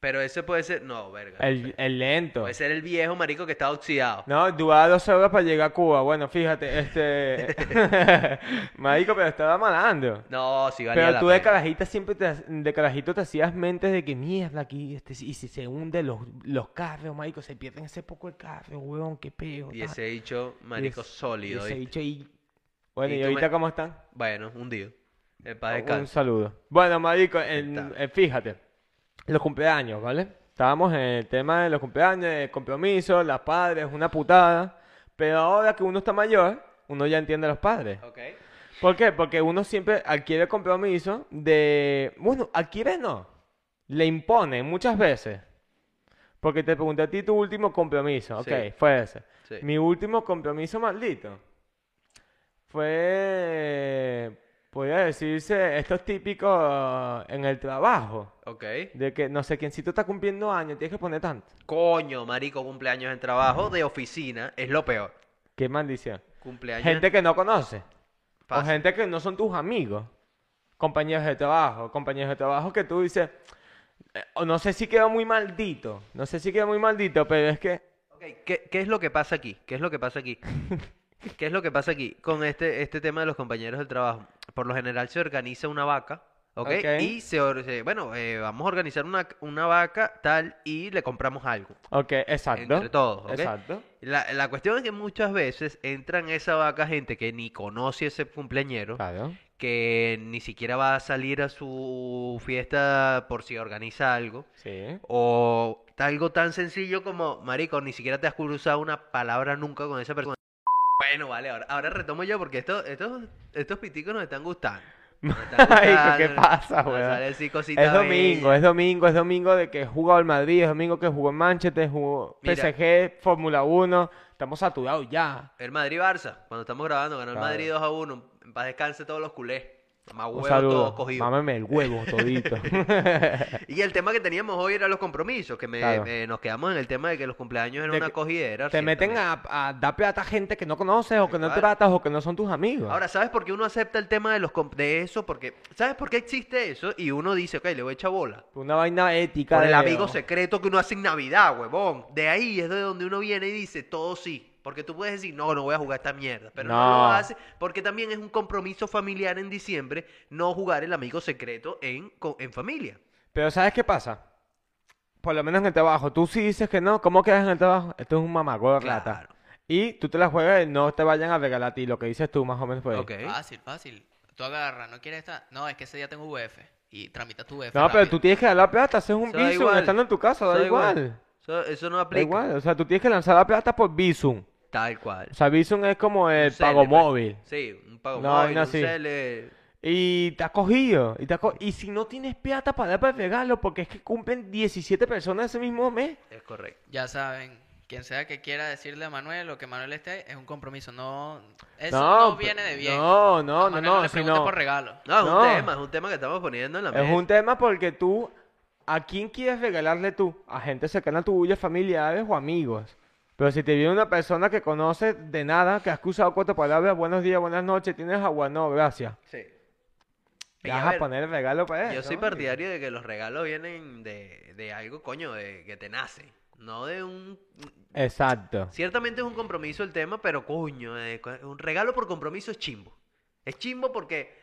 Speaker 1: Pero ese puede ser. No, verga.
Speaker 2: El, el lento.
Speaker 1: Puede ser el viejo marico que está oxidado.
Speaker 2: No, duraba dos horas para llegar a Cuba. Bueno, fíjate, este. Marico, pero estaba malando.
Speaker 1: No, si valía
Speaker 2: Pero
Speaker 1: la
Speaker 2: tú de
Speaker 1: pena.
Speaker 2: carajita siempre te, ha- de carajito te hacías mentes de que mierda aquí, este, y si se hunde los, los carros, marico, se pierden ese poco el carro, huevón, qué peo.
Speaker 1: Y
Speaker 2: tal.
Speaker 1: ese dicho, marico,
Speaker 2: Y es-
Speaker 1: sólido.
Speaker 2: y ese
Speaker 1: ¿viste?
Speaker 2: bicho ahí- Bueno,
Speaker 1: Y
Speaker 2: ¿y,
Speaker 1: tú me-
Speaker 2: ahorita cómo están?
Speaker 1: Bueno, hundido. En paz
Speaker 2: Oh, Un
Speaker 1: descanse.
Speaker 2: saludo. Bueno, marico, en-
Speaker 1: Está.
Speaker 2: eh, fíjate, los cumpleaños, ¿vale? Estábamos en el tema de los cumpleaños, el compromiso, las padres, una putada. Pero ahora que uno está mayor, uno ya entiende a los padres.
Speaker 1: Ok.
Speaker 2: ¿Por qué? Porque uno siempre adquiere compromiso de... Bueno, adquiere no. Le impone muchas veces. Porque te pregunté a ti tu último compromiso. Ok,
Speaker 1: Sí.
Speaker 2: fue ese.
Speaker 1: Sí.
Speaker 2: Mi último compromiso maldito fue... Podría decirse, estos típicos en el trabajo.
Speaker 1: Ok.
Speaker 2: De que no sé quiéncito está cumpliendo años, tienes que poner tanto.
Speaker 1: Coño, marico, cumpleaños en trabajo de oficina es lo peor.
Speaker 2: Qué maldición.
Speaker 1: Cumpleaños.
Speaker 2: Gente que no conoce. O
Speaker 1: Pasa.
Speaker 2: gente que no son tus amigos. Compañeros de trabajo. Compañeros de trabajo que tú dices. eh, o no sé si quedó muy maldito. No sé si quedó muy maldito, pero es que.
Speaker 1: Ok, ¿Qué, qué es lo que pasa aquí? ¿Qué es lo que pasa aquí? ¿Qué es lo que pasa aquí con este, este tema de los compañeros del trabajo? Por lo general se organiza una vaca, ¿ok?
Speaker 2: Ok.
Speaker 1: Y se, or- se- bueno, eh, vamos a organizar una, una vaca tal y le compramos algo.
Speaker 2: Ok, exacto.
Speaker 1: Entre todos, ¿ok?
Speaker 2: Exacto.
Speaker 1: La, la cuestión es que muchas veces entran en esa vaca gente que ni conoce ese cumpleañero,
Speaker 2: Claro.
Speaker 1: que ni siquiera va a salir a su fiesta por si organiza algo.
Speaker 2: Sí.
Speaker 1: O algo tan sencillo como, marico, ni siquiera te has cruzado una palabra nunca con esa persona. Bueno, vale, ahora, ahora retomo yo porque esto, estos, estos piticos nos están gustando. Nos están
Speaker 2: Marico, ¿qué
Speaker 1: gustando,
Speaker 2: pasa,
Speaker 1: nos
Speaker 2: weón?
Speaker 1: sale así cosita
Speaker 2: Es domingo,
Speaker 1: bella.
Speaker 2: es domingo, es domingo de que jugó el Madrid, es domingo que jugó en Manchester, jugó
Speaker 1: Mira.
Speaker 2: PSG, Fórmula 1. Estamos saturados ya.
Speaker 1: El Madrid-Barça, cuando estamos grabando, ganó el
Speaker 2: Claro.
Speaker 1: Madrid 2 a 1. En paz descanse todos los culés. Más
Speaker 2: Un
Speaker 1: huevos todos
Speaker 2: saludo.
Speaker 1: cogidos.
Speaker 2: Mámeme el huevo todito.
Speaker 1: Y el tema que teníamos hoy era los compromisos, que me,
Speaker 2: Claro.
Speaker 1: eh, nos quedamos en el tema de que los cumpleaños eran
Speaker 2: De
Speaker 1: una
Speaker 2: que
Speaker 1: cogidera.
Speaker 2: Te meten
Speaker 1: ciertamente.
Speaker 2: a, a dar plata a gente que no conoces o que no
Speaker 1: Igual.
Speaker 2: tratas o que no son tus amigos.
Speaker 1: Ahora, ¿sabes por qué uno acepta el tema de los comp- de eso? Porque, ¿sabes por qué existe eso? Y uno dice, ok, le voy a echar bola.
Speaker 2: Una vaina ética.
Speaker 1: Por el
Speaker 2: de-
Speaker 1: amigo secreto que uno hace en Navidad, huevón. De ahí es de donde uno viene y dice, todo sí. Porque tú puedes decir, no, no voy a jugar esta mierda. Pero no, lo
Speaker 2: No.
Speaker 1: hace. Porque también es un compromiso familiar en diciembre no jugar el amigo secreto en, co- en familia.
Speaker 2: Pero ¿sabes qué pasa? Por lo menos en el trabajo. Tú sí dices que no. ¿Cómo quedas en el trabajo? Esto es un mamagüevo de plata.
Speaker 1: Claro.
Speaker 2: Y tú te la juegas y no te vayan a regalar a ti lo que dices tú más o menos. pues. por ahí.
Speaker 1: Ok.
Speaker 3: Fácil, fácil. Tú agarras, no quieres estar. No, es que ese día tengo VF y tramitas tu VF.
Speaker 2: No, pero tú
Speaker 3: rápido.
Speaker 2: tienes que dar la plata. Haces un
Speaker 1: Eso da
Speaker 2: visum
Speaker 1: igual.
Speaker 2: estando en tu casa. Da
Speaker 1: Eso
Speaker 2: igual.
Speaker 1: Eso, eso no
Speaker 2: Da
Speaker 1: aplica.
Speaker 2: igual. O sea, tú tienes que lanzar la plata por visum.
Speaker 1: Tal cual.
Speaker 2: O sea, visum es como el
Speaker 1: Un
Speaker 2: pago
Speaker 1: cele, pues.
Speaker 2: móvil.
Speaker 1: Sí, un pago
Speaker 2: No,
Speaker 1: móvil,
Speaker 2: no,
Speaker 1: un
Speaker 2: sí.
Speaker 1: cele.
Speaker 2: Y te has cogido. Y, te has co- y si no tienes plata para dar para el regalo, porque es que cumplen 17 personas ese mismo mes.
Speaker 1: Es correcto.
Speaker 3: Ya saben, quien sea que quiera decirle a Manuel o que Manuel esté, es un compromiso. No, eso
Speaker 2: No,
Speaker 3: no,
Speaker 2: pe-
Speaker 3: viene de bien.
Speaker 2: no, no,
Speaker 3: A
Speaker 2: no,
Speaker 3: Manuel
Speaker 2: no,
Speaker 3: le
Speaker 2: si
Speaker 3: preguntes
Speaker 2: no.
Speaker 3: por regalo.
Speaker 1: No, es
Speaker 2: No.
Speaker 1: un tema, es un tema que estamos poniendo en la
Speaker 2: Es
Speaker 1: mesa.
Speaker 2: un tema porque tú, ¿a quién quieres regalarle tú? A gente cercana tuya, familiares o amigos. Pero si te viene una persona que conoces de nada, que has cruzado cuatro palabras, buenos días, buenas noches, tienes agua, no, gracias.
Speaker 1: Sí. Y
Speaker 2: Le vas
Speaker 1: a
Speaker 2: a
Speaker 1: ver,
Speaker 2: poner el regalo para él.
Speaker 1: Yo soy partidario de que los regalos vienen de, de algo, coño, de que te nace. No de un...
Speaker 2: Exacto.
Speaker 1: Ciertamente es un compromiso el tema, pero coño, eh, co- un regalo por compromiso es chimbo. Es chimbo porque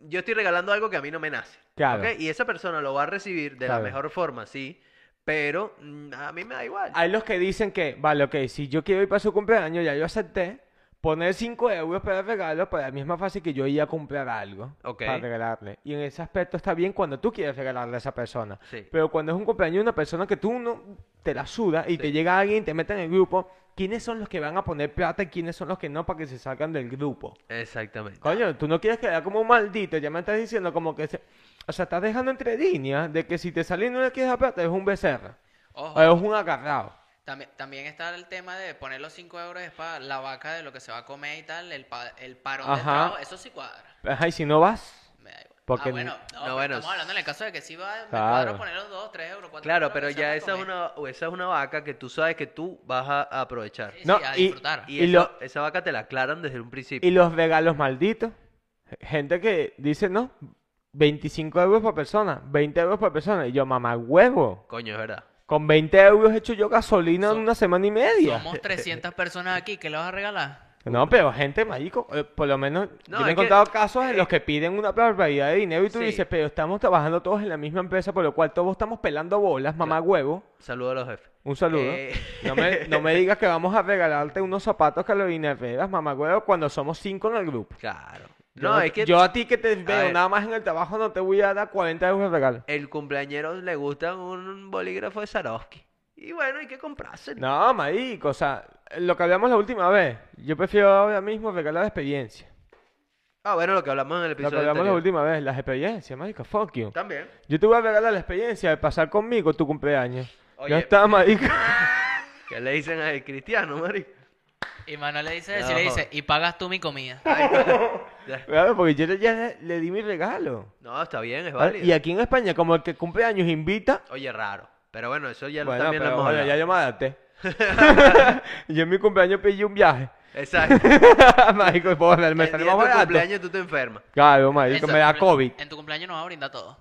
Speaker 1: yo estoy regalando algo que a mí no me nace.
Speaker 2: Claro.
Speaker 1: ¿ok? Y esa persona lo va a recibir de la
Speaker 2: Claro.
Speaker 1: mejor forma, sí, pero mm, a mí me da igual.
Speaker 2: Hay los que dicen que, vale, ok, si yo quiero ir para su cumpleaños, ya yo acepté, poner 5 euros para el regalo, para mí es más fácil que yo ir a comprar algo
Speaker 1: Ok.
Speaker 2: para regalarle. Y en ese aspecto está bien cuando tú quieres regalarle a esa persona.
Speaker 1: Sí.
Speaker 2: Pero cuando es un cumpleaños de una persona que tú no te la suda y te llega alguien y te mete en el grupo, ¿quiénes son los que van a poner plata y quiénes son los que no para que se salgan del grupo?
Speaker 1: Exactamente.
Speaker 2: Coño, tú no quieres quedar como un maldito, ya me estás diciendo como que... se- O sea, estás dejando entre líneas de que si te sale y no le quieres dar plata, es un becerra.
Speaker 3: Ojo,
Speaker 2: O es un agarrado.
Speaker 3: También, también está el tema de poner los 5 euros es para la vaca de lo que se va a comer y tal, el, pa- el parón de
Speaker 2: Ajá.
Speaker 3: trabajo, eso sí cuadra.
Speaker 2: Ajá, y Pues, si no vas,
Speaker 3: Me da igual.
Speaker 2: Porque
Speaker 3: ah, bueno,
Speaker 2: no-
Speaker 3: no,
Speaker 1: no,
Speaker 3: pero
Speaker 1: bueno,
Speaker 3: estamos hablando en el caso de que sí va, me
Speaker 2: Claro.
Speaker 3: cuadra poner los 2, 3 euros, 4
Speaker 1: Claro, pero ya esa es, una, esa es una vaca que tú sabes que tú vas a a aprovechar.
Speaker 3: Sí,
Speaker 2: No,
Speaker 3: sí, a
Speaker 2: y-
Speaker 3: disfrutar.
Speaker 1: Y,
Speaker 2: Y
Speaker 1: esa,
Speaker 2: lo-
Speaker 1: esa vaca te la aclaran desde un principio.
Speaker 2: y los regalos malditos. Gente que dice, no, 25 euros por persona, 20 euros por persona. Y yo, mamá, huevo.
Speaker 1: Coño, es verdad.
Speaker 2: Con 20 euros he hecho yo gasolina en
Speaker 3: Som-
Speaker 2: una semana y media.
Speaker 3: Somos 300 personas aquí, ¿qué le vas a regalar?
Speaker 2: No, pero gente, marico, eh, por lo menos
Speaker 1: No, es
Speaker 2: yo me he
Speaker 1: que- eh,
Speaker 2: encontrado casos en los que piden una barbaridad de dinero y tú
Speaker 1: Sí.
Speaker 2: dices, pero estamos trabajando todos en la misma empresa, por lo cual todos estamos pelando bolas, mamá huevo.
Speaker 1: Saludo a los jefes.
Speaker 2: Un saludo.
Speaker 1: Eh.
Speaker 2: No, me, no me digas que vamos a regalarte unos zapatos Carolina Herrera, mamá huevo, cuando somos cinco en el grupo.
Speaker 1: Claro.
Speaker 2: Yo
Speaker 1: No, es que
Speaker 2: yo a ti que te veo
Speaker 1: ver.
Speaker 2: nada más en el trabajo no te voy a dar 40 euros de regalo.
Speaker 1: el cumpleañero le gusta un bolígrafo de Swarovski. Y bueno, hay que comprarse.
Speaker 2: No, marico, o sea, lo que hablamos la última vez, yo prefiero ahora mismo regalar experiencia.
Speaker 1: Ah, bueno, lo que hablamos en el
Speaker 2: Lo que
Speaker 1: episodio
Speaker 2: hablamos la
Speaker 1: anterior.
Speaker 2: última vez, las experiencias, marica, fuck you.
Speaker 1: También.
Speaker 2: Yo te voy a regalar la experiencia de pasar conmigo tu cumpleaños.
Speaker 1: Oye.
Speaker 2: Ya está, marica.
Speaker 1: ¿Qué le dicen al cristiano, marico?
Speaker 3: Y Manuel le dice
Speaker 1: No,
Speaker 3: eso y le dice,
Speaker 1: joder.
Speaker 3: y pagas tú mi comida.
Speaker 2: Ah,
Speaker 1: Ahí está. Ya.
Speaker 2: Claro, porque yo le- ya le, le di mi regalo.
Speaker 1: No, está bien, es
Speaker 2: ¿Vale? Ah, Y
Speaker 1: válido.
Speaker 2: aquí en España, como el que cumpleaños invita,
Speaker 1: Oye, raro. Pero bueno, eso ya lo-
Speaker 2: bueno,
Speaker 1: también lo
Speaker 2: pero
Speaker 1: hemos
Speaker 2: bueno, ya
Speaker 1: hablado.
Speaker 2: yo me adapté. yo en mi cumpleaños pedí un viaje.
Speaker 1: Exacto.
Speaker 2: marico, porra, me
Speaker 1: El
Speaker 2: salió
Speaker 1: día
Speaker 2: más
Speaker 1: de tu
Speaker 2: barato.
Speaker 1: cumpleaños tú te enfermas.
Speaker 2: Claro, marico,
Speaker 3: En
Speaker 2: me
Speaker 3: tu
Speaker 2: da
Speaker 3: cumple-
Speaker 2: COVID.
Speaker 3: En tu cumpleaños nos va a brindar todo.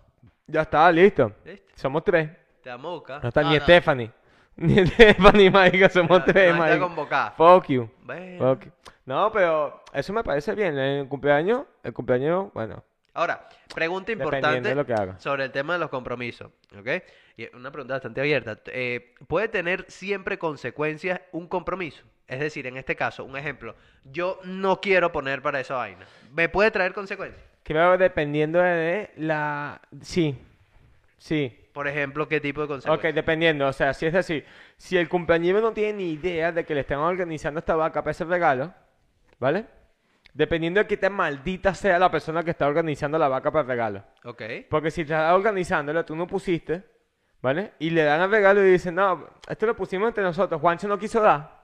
Speaker 2: Ya está, listo.
Speaker 1: ¿Viste?
Speaker 2: Somos tres.
Speaker 1: Te amo, buscar.
Speaker 2: No está
Speaker 3: No,
Speaker 2: ni
Speaker 3: no.
Speaker 2: Stephanie. Ni Stephanie, marica, somos
Speaker 1: No,
Speaker 2: tres,
Speaker 1: no está
Speaker 2: marica.
Speaker 1: convocada.
Speaker 2: Fuck you.
Speaker 1: Bueno.
Speaker 2: Fuck you. No, pero eso me parece bien. El cumpleaños, el cumpleaños, bueno,
Speaker 1: Ahora, pregunta
Speaker 2: dependiendo
Speaker 1: importante
Speaker 2: de lo que haga.
Speaker 1: sobre el tema de los compromisos, ¿ok? Y es una pregunta bastante abierta. Eh, ¿Puede tener siempre consecuencias un compromiso? Es decir, en este caso, un ejemplo, yo no quiero poner para esa vaina. ¿Me puede traer consecuencias?
Speaker 2: Creo dependiendo de la... Sí, sí.
Speaker 1: Por ejemplo, ¿qué tipo de
Speaker 2: Ok,
Speaker 1: consecuencias?
Speaker 2: dependiendo. O sea, si es decir, si el cumpleañero no tiene ni idea de que le están organizando esta vaca para ese regalo, ¿vale? Dependiendo de qué tan maldita sea la persona que está organizando la vaca para el regalo.
Speaker 1: Ok.
Speaker 2: Porque si estás organizándolo, tú no pusiste, ¿vale? Y le dan el regalo y dicen, no, esto lo pusimos entre nosotros, Juancho no quiso dar.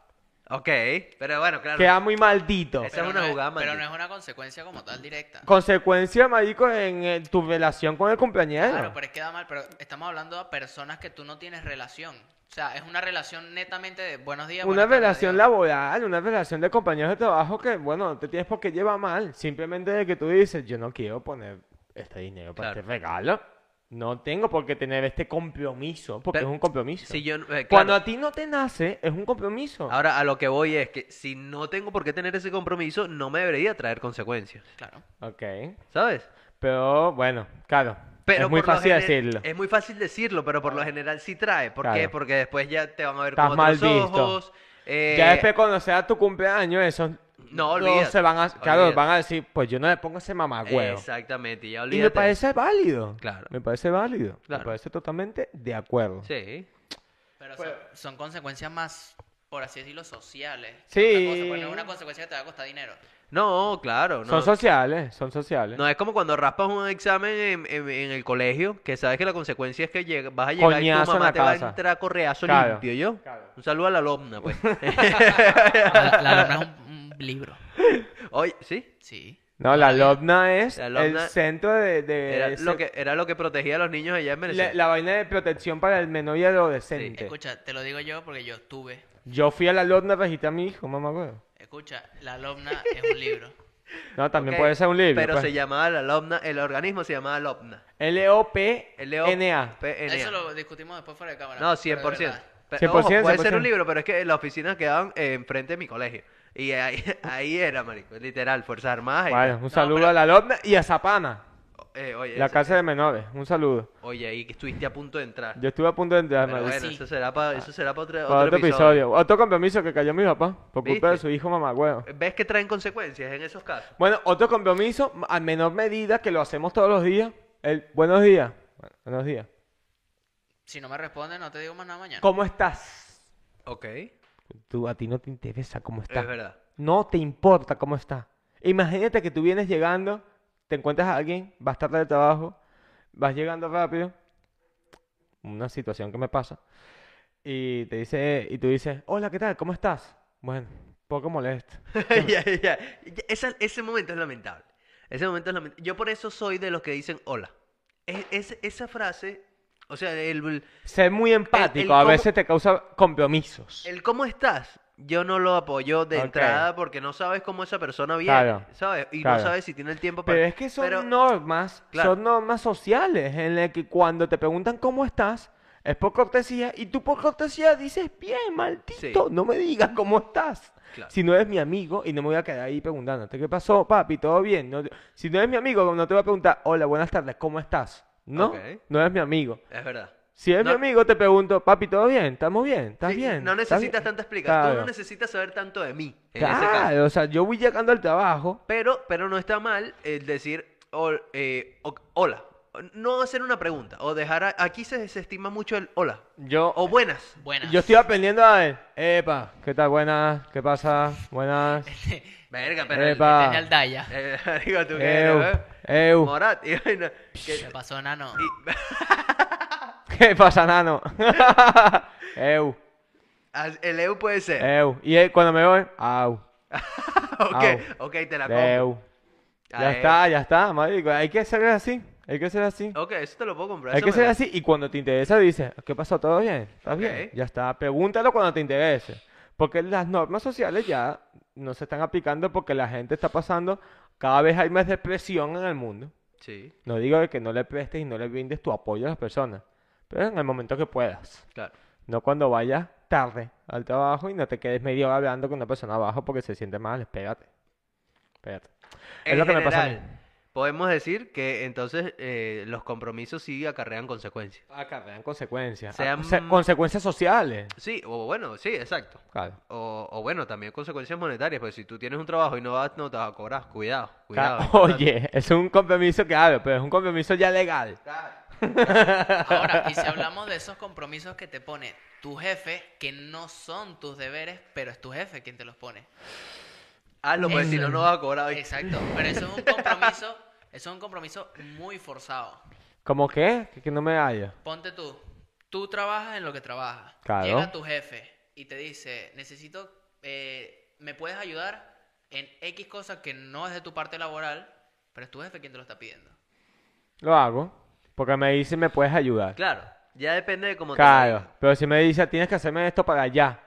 Speaker 1: Ok. Pero bueno, claro.
Speaker 2: Queda muy maldito.
Speaker 1: Esa es
Speaker 3: Pero
Speaker 1: una
Speaker 3: no
Speaker 1: jugada
Speaker 3: Pero no
Speaker 1: maldita.
Speaker 3: es una consecuencia como tal directa.
Speaker 2: Consecuencia, marico, en eh, tu relación con el cumpleañero.
Speaker 3: Claro, pero es que da mal, pero estamos hablando a personas que tú no tienes relación. O sea, es una relación netamente de buenos días.
Speaker 2: Una
Speaker 3: buenas tardes,
Speaker 2: relación
Speaker 3: adiós.
Speaker 2: laboral, una relación de compañeros de trabajo que, bueno, no te tienes por qué llevar mal. Simplemente de que tú dices, yo no quiero poner este dinero para
Speaker 1: Claro.
Speaker 2: este regalo. No tengo por qué tener este compromiso, porque
Speaker 1: Pero
Speaker 2: es un compromiso.
Speaker 1: Si yo, eh, claro. Ah.
Speaker 2: Cuando a ti no te nace, es un compromiso.
Speaker 1: Ahora, a lo que voy es que si no tengo por qué tener ese compromiso, no me debería traer consecuencias,
Speaker 3: Claro.
Speaker 2: Ok.
Speaker 1: ¿sabes?
Speaker 2: Pero bueno, claro.
Speaker 1: Pero
Speaker 2: es muy
Speaker 1: por lo
Speaker 2: fácil
Speaker 1: gener-
Speaker 2: decirlo.
Speaker 1: Es muy fácil decirlo, pero por lo general sí trae. ¿Por qué?
Speaker 2: Claro.
Speaker 1: Porque después ya te van a ver
Speaker 2: Estás
Speaker 1: con
Speaker 2: mal
Speaker 1: otros
Speaker 2: visto.
Speaker 1: ojos. eh,
Speaker 2: ya después cuando sea tu cumpleaños, esos
Speaker 1: No,
Speaker 2: todos
Speaker 1: olvídate,
Speaker 2: se van a, claro,
Speaker 1: olvídate.
Speaker 2: van a decir, pues yo no le pongo ese mamagüeo.
Speaker 1: Exactamente, ya
Speaker 2: Y
Speaker 1: olvídate.
Speaker 2: me parece válido.
Speaker 1: Claro.
Speaker 2: Me parece válido.
Speaker 1: Claro.
Speaker 2: Me parece totalmente de acuerdo. Sí,
Speaker 1: Sí.
Speaker 3: Pero
Speaker 2: Pues-
Speaker 3: son, son consecuencias más, por así decirlo, sociales.
Speaker 2: Sí.
Speaker 3: Otra cosa, pues no es una consecuencia que te va a costar dinero.
Speaker 1: No, claro. No.
Speaker 2: Son ¿eh? sociales, son sociales.
Speaker 1: No es como cuando raspas un examen en, en- en el colegio, que sabes que la consecuencia es que llega- vas a llegar y
Speaker 2: Coñazo
Speaker 1: tu
Speaker 2: en
Speaker 1: mamá
Speaker 2: la
Speaker 1: te va a
Speaker 2: casa.
Speaker 1: entrar correazo
Speaker 2: Claro.
Speaker 1: limpio, ¿yo?
Speaker 2: Claro.
Speaker 1: Un saludo a la alumna, pues.
Speaker 3: La, la lona es un, un libro.
Speaker 1: Oye, ¿sí?
Speaker 3: Sí.
Speaker 2: No, la LOBNA es
Speaker 1: La LOBNA
Speaker 2: el centro de... de-
Speaker 1: Era
Speaker 2: ese-
Speaker 1: lo, que, era lo que protegía a los niños allá en Venezuela.
Speaker 2: la, la vaina de protección para el menor y adolescente.
Speaker 3: Escucha, te lo digo yo porque yo estuve.
Speaker 2: Yo fui a la LOBNA a registrar a mi hijo, mamá. huevo.
Speaker 3: Escucha, la lona es un libro.
Speaker 2: No, también
Speaker 1: Ok,
Speaker 2: puede ser un libro.
Speaker 1: Pero
Speaker 2: pues.
Speaker 1: se llamaba la LOPNA, el organismo se llamaba LOPNA.
Speaker 2: L-O-P-N-A.
Speaker 3: Eso
Speaker 1: L-O-P-N-A.
Speaker 3: lo discutimos después fuera de cámara.
Speaker 1: No,
Speaker 3: pero de
Speaker 1: 100%.
Speaker 3: verdad.
Speaker 1: Pero, ojo,
Speaker 2: 100%,
Speaker 1: puede ser
Speaker 2: 100%.
Speaker 1: un libro, pero es que las oficinas quedaban eh, enfrente de mi colegio. Y ahí, ahí era, marico, literal, Fuerzas Armadas. y
Speaker 2: Bueno, un saludo
Speaker 3: pero-
Speaker 2: a la LOBNA y a Zapana,
Speaker 1: tal. Eh, oye,
Speaker 2: la
Speaker 1: eso-
Speaker 2: casa de menores. Un saludo.
Speaker 1: oye, ahí que estuviste a punto de entrar.
Speaker 2: Yo estuve a punto de entrar,
Speaker 1: pero
Speaker 2: marico.
Speaker 1: bueno,
Speaker 3: Sí.
Speaker 1: eso será para eso será pa otro,
Speaker 2: Para
Speaker 1: otro
Speaker 2: otro
Speaker 1: episodio.
Speaker 2: episodio. Otro compromiso que cayó mi papá por culpa de
Speaker 1: ¿Viste?
Speaker 2: su hijo mamagüeo.
Speaker 1: ¿Ves que traen consecuencias en esos casos?
Speaker 2: Bueno, otro compromiso a menor medida que lo hacemos todos los días. El buenos días. Bueno, buenos días.
Speaker 3: Si no me responden, no te digo más nada mañana.
Speaker 2: ¿Cómo estás?
Speaker 1: Ok,
Speaker 2: Tú, a ti no te interesa cómo
Speaker 1: es
Speaker 2: estás.
Speaker 1: verdad.
Speaker 2: No te importa cómo estás. Imagínate que tú vienes llegando, te encuentras a alguien, vas tarde de trabajo, vas llegando rápido. Una situación que me pasa. Y te dice, y tú dices, hola, ¿qué tal? ¿Cómo estás? Bueno, poco molesto.
Speaker 1: Ya, ya, ya. Esa- ese momento es lamentable. Ese momento es lamentable. Yo por eso soy de los que dicen hola. Es- es- esa frase, o sea, el, el-
Speaker 2: Ser muy empático
Speaker 1: el
Speaker 2: a
Speaker 1: cómo-
Speaker 2: veces te causa compromisos.
Speaker 1: el cómo estás, yo no lo apoyo de
Speaker 2: Ok.
Speaker 1: entrada porque no sabes cómo esa persona viene,
Speaker 2: Claro,
Speaker 1: ¿sabes? Y
Speaker 2: claro.
Speaker 1: no sabes si tiene el tiempo para...
Speaker 2: Pero es que son
Speaker 1: pero-
Speaker 2: normas,
Speaker 1: Claro.
Speaker 2: son normas sociales en las que cuando te preguntan cómo estás, es por cortesía y tú por cortesía dices, bien, maldito,
Speaker 1: Sí.
Speaker 2: no me digas cómo estás.
Speaker 1: Claro.
Speaker 2: Si no eres mi amigo y no me voy a quedar ahí preguntándote, ¿qué pasó, papi? ¿Todo bien? No te- si no eres mi amigo, no te voy a preguntar, hola, buenas tardes, ¿cómo estás? No,
Speaker 1: Ok.
Speaker 2: no eres mi amigo.
Speaker 1: Es verdad.
Speaker 2: Si eres
Speaker 1: No-
Speaker 2: mi amigo, te pregunto, papi, ¿todo bien? ¿Estamos bien? ¿Estás
Speaker 1: Sí,
Speaker 2: bien?
Speaker 1: No
Speaker 2: ¿Estás
Speaker 1: necesitas
Speaker 2: bien?".
Speaker 1: tanta explicación. Tú
Speaker 2: Claro.
Speaker 1: no necesitas saber tanto de mí, en ese caso.
Speaker 2: Claro, o sea, yo voy llegando al trabajo
Speaker 1: Pero, pero no está mal el decir hol- eh, o- hola. No hacer una pregunta o dejar... a- aquí se desestima mucho el hola.
Speaker 2: Yo-
Speaker 1: O buenas.
Speaker 3: Buenas.
Speaker 2: Yo estoy aprendiendo a ver. Epa, ¿qué tal? Buenas, ¿qué pasa? Buenas.
Speaker 1: Verga, pero. el-
Speaker 2: Epa.
Speaker 3: Tenía al Daya.
Speaker 1: eh, marico, tú qué
Speaker 2: Eu,
Speaker 1: eres, ¿eh?
Speaker 2: eu.
Speaker 1: Morat. Y, vaina,
Speaker 3: ¿Qué
Speaker 1: que-
Speaker 3: pasó, Nano?
Speaker 2: ¿Qué pasa, nano? eu,
Speaker 1: as- ah, el EU puede ser.
Speaker 2: eu. Y eh, cuando me voy, au,
Speaker 1: ok,
Speaker 2: au.
Speaker 1: ok, te la compro.
Speaker 2: eu. Ya
Speaker 1: Ah,
Speaker 2: está, ya está, marico. Hay que ser así. Hay que ser así.
Speaker 1: Ok, eso te lo puedo comprar.
Speaker 2: Hay
Speaker 1: eso
Speaker 2: que
Speaker 1: me
Speaker 2: ser
Speaker 1: lo-
Speaker 2: así y cuando te interesa dices, ¿qué pasó? ¿Todo bien? ¿Estás bien?
Speaker 1: Ok.
Speaker 2: Ya está. Pregúntalo cuando te interese. Porque las normas sociales ya no se están aplicando porque la gente está pasando, cada vez hay más depresión en el mundo.
Speaker 1: Sí,
Speaker 2: No digo de que no le prestes y no le brindes tu apoyo a las personas, pero en el momento que puedas.
Speaker 1: claro.
Speaker 2: No cuando vayas tarde al trabajo y no te quedes media hora hablando con una persona abajo porque se siente mal. Espérate. Espérate. Es
Speaker 1: En
Speaker 2: lo que me pasa a mí.
Speaker 1: general, Podemos decir que entonces eh, los compromisos sí acarrean consecuencias.
Speaker 2: Acarrean consecuencias.
Speaker 1: Sean-
Speaker 2: O sea, consecuencias sociales.
Speaker 1: Sí, o bueno, sí, exacto.
Speaker 2: Claro.
Speaker 1: O, o bueno, también consecuencias monetarias, porque si tú tienes un trabajo y no vas, no te vas a cobrar. Cuidado,
Speaker 2: Ca-
Speaker 1: cuidado. importante.
Speaker 2: Oye, es un compromiso que hablo, pero es un compromiso ya legal.
Speaker 3: Ahora, y si hablamos de esos compromisos que te pone tu jefe, que no son tus deberes, pero es tu jefe quien te los pone.
Speaker 1: Hazlo, porque si no, no vas a cobrar. hoy.
Speaker 3: Exacto, pero eso es un compromiso, eso es un compromiso muy forzado.
Speaker 2: ¿Cómo qué? Que, que no me hallo.
Speaker 3: Ponte tú, tú trabajas en lo que trabajas.
Speaker 2: Claro.
Speaker 3: Llega tu jefe y te dice, necesito, eh, me puedes ayudar en X cosas que no es de tu parte laboral, pero es tu jefe quien te lo está pidiendo.
Speaker 2: Lo hago porque me dice me puedes ayudar.
Speaker 1: Claro, ya depende de cómo te
Speaker 2: Claro,
Speaker 1: vaya.
Speaker 2: pero si me dice tienes que hacerme esto para allá,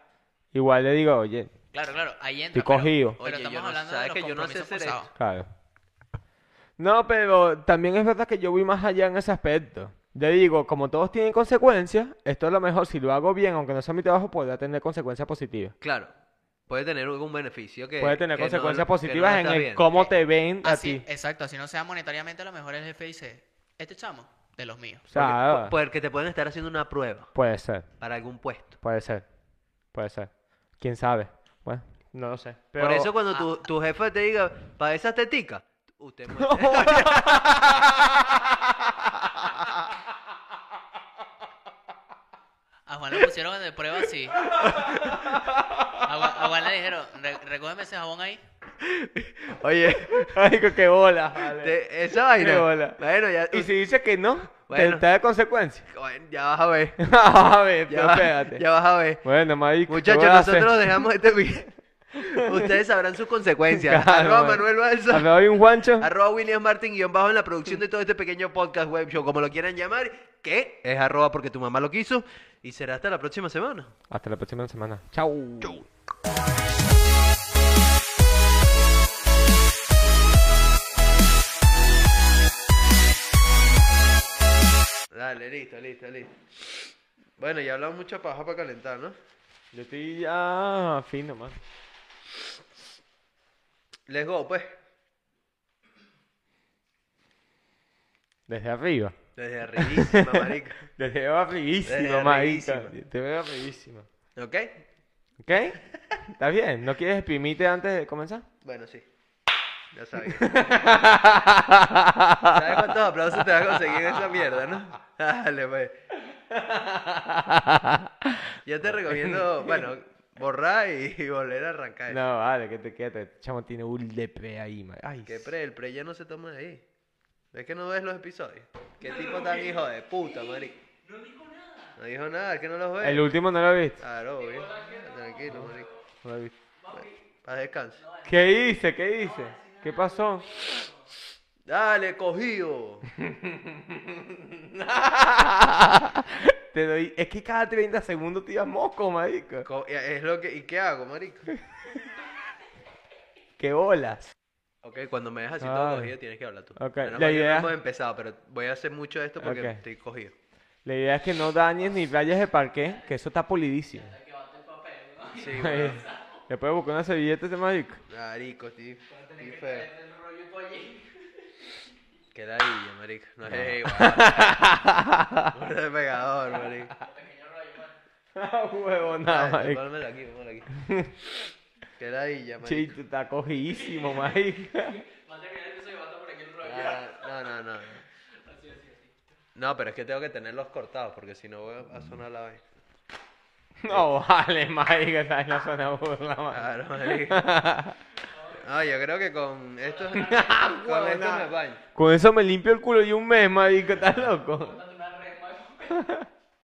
Speaker 2: igual le digo, oye,
Speaker 3: Claro, claro, ahí entra.
Speaker 2: Estoy
Speaker 3: pero-
Speaker 2: cogido.
Speaker 3: Pero,
Speaker 1: Oye,
Speaker 3: estamos
Speaker 1: yo no-
Speaker 3: hablando de
Speaker 1: sabes
Speaker 3: los
Speaker 1: que yo no sé
Speaker 3: compromisos
Speaker 1: hacer
Speaker 3: forzados.
Speaker 2: claro. No, pero también es verdad que yo voy más allá en ese aspecto. Le digo, como todos tienen consecuencias, esto es lo mejor. Si lo hago bien, aunque no sea mi trabajo, podrá tener consecuencias positivas.
Speaker 1: Claro, puede tener algún beneficio que.
Speaker 2: Puede tener
Speaker 1: que no
Speaker 2: consecuencias
Speaker 1: lo- que no
Speaker 2: positivas
Speaker 1: lo
Speaker 2: en
Speaker 1: estás
Speaker 2: el
Speaker 1: viendo. Eh,
Speaker 2: cómo te ven a
Speaker 3: Así,
Speaker 2: ti.
Speaker 3: exacto, así no sea monetariamente, a lo mejor el jefe dice, este chamo, de los míos.
Speaker 2: O
Speaker 1: Porque,
Speaker 2: sea, ah,
Speaker 1: pu- porque te pueden estar haciendo una prueba
Speaker 2: puede ser.
Speaker 1: para algún puesto.
Speaker 2: Puede ser, puede ser. ¿Quién sabe? Bueno, no lo sé.
Speaker 1: Por eso cuando tu, tu jefe te diga, para esa tetica, usted muestra-
Speaker 3: A Juan lo pusieron de prueba así. A Juan, a Juan le dijeron, "Re- recógeme ese jabón ahí.
Speaker 1: Oye,
Speaker 2: Ay, co- qué bola. vale.
Speaker 1: te- esa vaina.
Speaker 2: Qué bola.
Speaker 1: Bueno, ya,
Speaker 2: Y si dice que no,
Speaker 1: Bueno.
Speaker 2: te da consecuencias.
Speaker 1: Bueno, ya vas a ver.
Speaker 2: a ver,
Speaker 1: Ya,
Speaker 2: pero
Speaker 1: va-
Speaker 2: espérate.
Speaker 1: ya vas a ver.
Speaker 2: Bueno, marico. ¿qué
Speaker 1: Muchachos,
Speaker 2: voy a hacer?
Speaker 1: nosotros dejamos este video. Ustedes sabrán sus consecuencias.
Speaker 2: Claro,
Speaker 1: arroba
Speaker 2: bueno.
Speaker 1: Manuel Balsa.
Speaker 2: A ver, hoy un Juancho.
Speaker 1: Arroba William Martin guión bajo en la producción de todo este pequeño podcast web show, como lo quieran llamar, que es arroba porque tu mamá lo quiso. Y será hasta la próxima semana.
Speaker 2: Hasta la próxima semana. Chau.
Speaker 1: Dale, listo, listo, listo. Bueno, ya hablamos mucha paja para calentar, ¿no?
Speaker 2: Yo estoy ah, ya fino, man.
Speaker 1: Let's go, pues.
Speaker 2: Desde arriba.
Speaker 1: Desde arribísima, marica.
Speaker 2: Desde arribísima,
Speaker 1: Desde
Speaker 2: marica.
Speaker 1: arribísima.
Speaker 2: Te veo arribísima.
Speaker 1: ¿Ok?
Speaker 2: ¿Ok? ¿Está bien? ¿No quieres exprimirte antes de comenzar?
Speaker 1: Bueno, sí. Ya sabía. ¿Sabes cuántos aplausos te va a conseguir esa mierda, no? Dale, pues. Yo te recomiendo, bueno, borrar y, y volver a arrancar.
Speaker 2: No, vale, que te quedes. Chamo tiene un lepre ahí, man. Ay,
Speaker 1: Que pre, el pre ya no se toma de ahí. Es que no ves los episodios. Qué tipo tan hijo de puta, marico. No dijo nada, es que no los ves.
Speaker 2: El último no lo he visto.
Speaker 1: Claro, bien. Tranquilo, marico.
Speaker 2: No lo he visto.
Speaker 1: Paz descanso.
Speaker 2: ¿Qué hice? ¿Qué hice? ¿Qué pasó?
Speaker 1: Dale, cogido.
Speaker 2: Te doy. Es que cada 30 segundos tiras moco, marico.
Speaker 1: Co- es lo que, ¿Y qué hago, marico?
Speaker 2: ¡Qué bolas!
Speaker 1: Ok, cuando me dejas así
Speaker 2: Ah.
Speaker 1: todo cogido tienes que hablar tú.
Speaker 2: Ok,
Speaker 1: Menos mal
Speaker 2: la
Speaker 1: que
Speaker 2: idea-
Speaker 1: No hemos empezado, pero voy a hacer mucho de esto porque
Speaker 2: Ok.
Speaker 1: estoy cogido.
Speaker 2: La idea es que no dañes ni rayes el parqué, que eso está pulidísimo.
Speaker 1: Sí, bueno.
Speaker 2: Le puedes buscar una servilleta a ese marico.
Speaker 1: Marico, tío. Qué feo. Qué ladilla, marico. No es igual. Burda de pegador, marico.
Speaker 2: Ah, huevo, nada,
Speaker 1: Ay,
Speaker 2: marico.
Speaker 1: Pónmelo aquí, pónmelo aquí. Qué ladilla, marico.
Speaker 2: Chito, está cogidísimo, marico.
Speaker 1: Ah, No, no, no. No, pero es que tengo que tenerlos cortados porque si no voy a sonar la vaina. Ah.
Speaker 2: No vale, marico, estás en la zona burla, marico.
Speaker 1: Claro, marico. Ah, yo creo que con esto, con esto me baño.
Speaker 2: Con eso me limpio el culo y un mes, marico, ¿estás loco?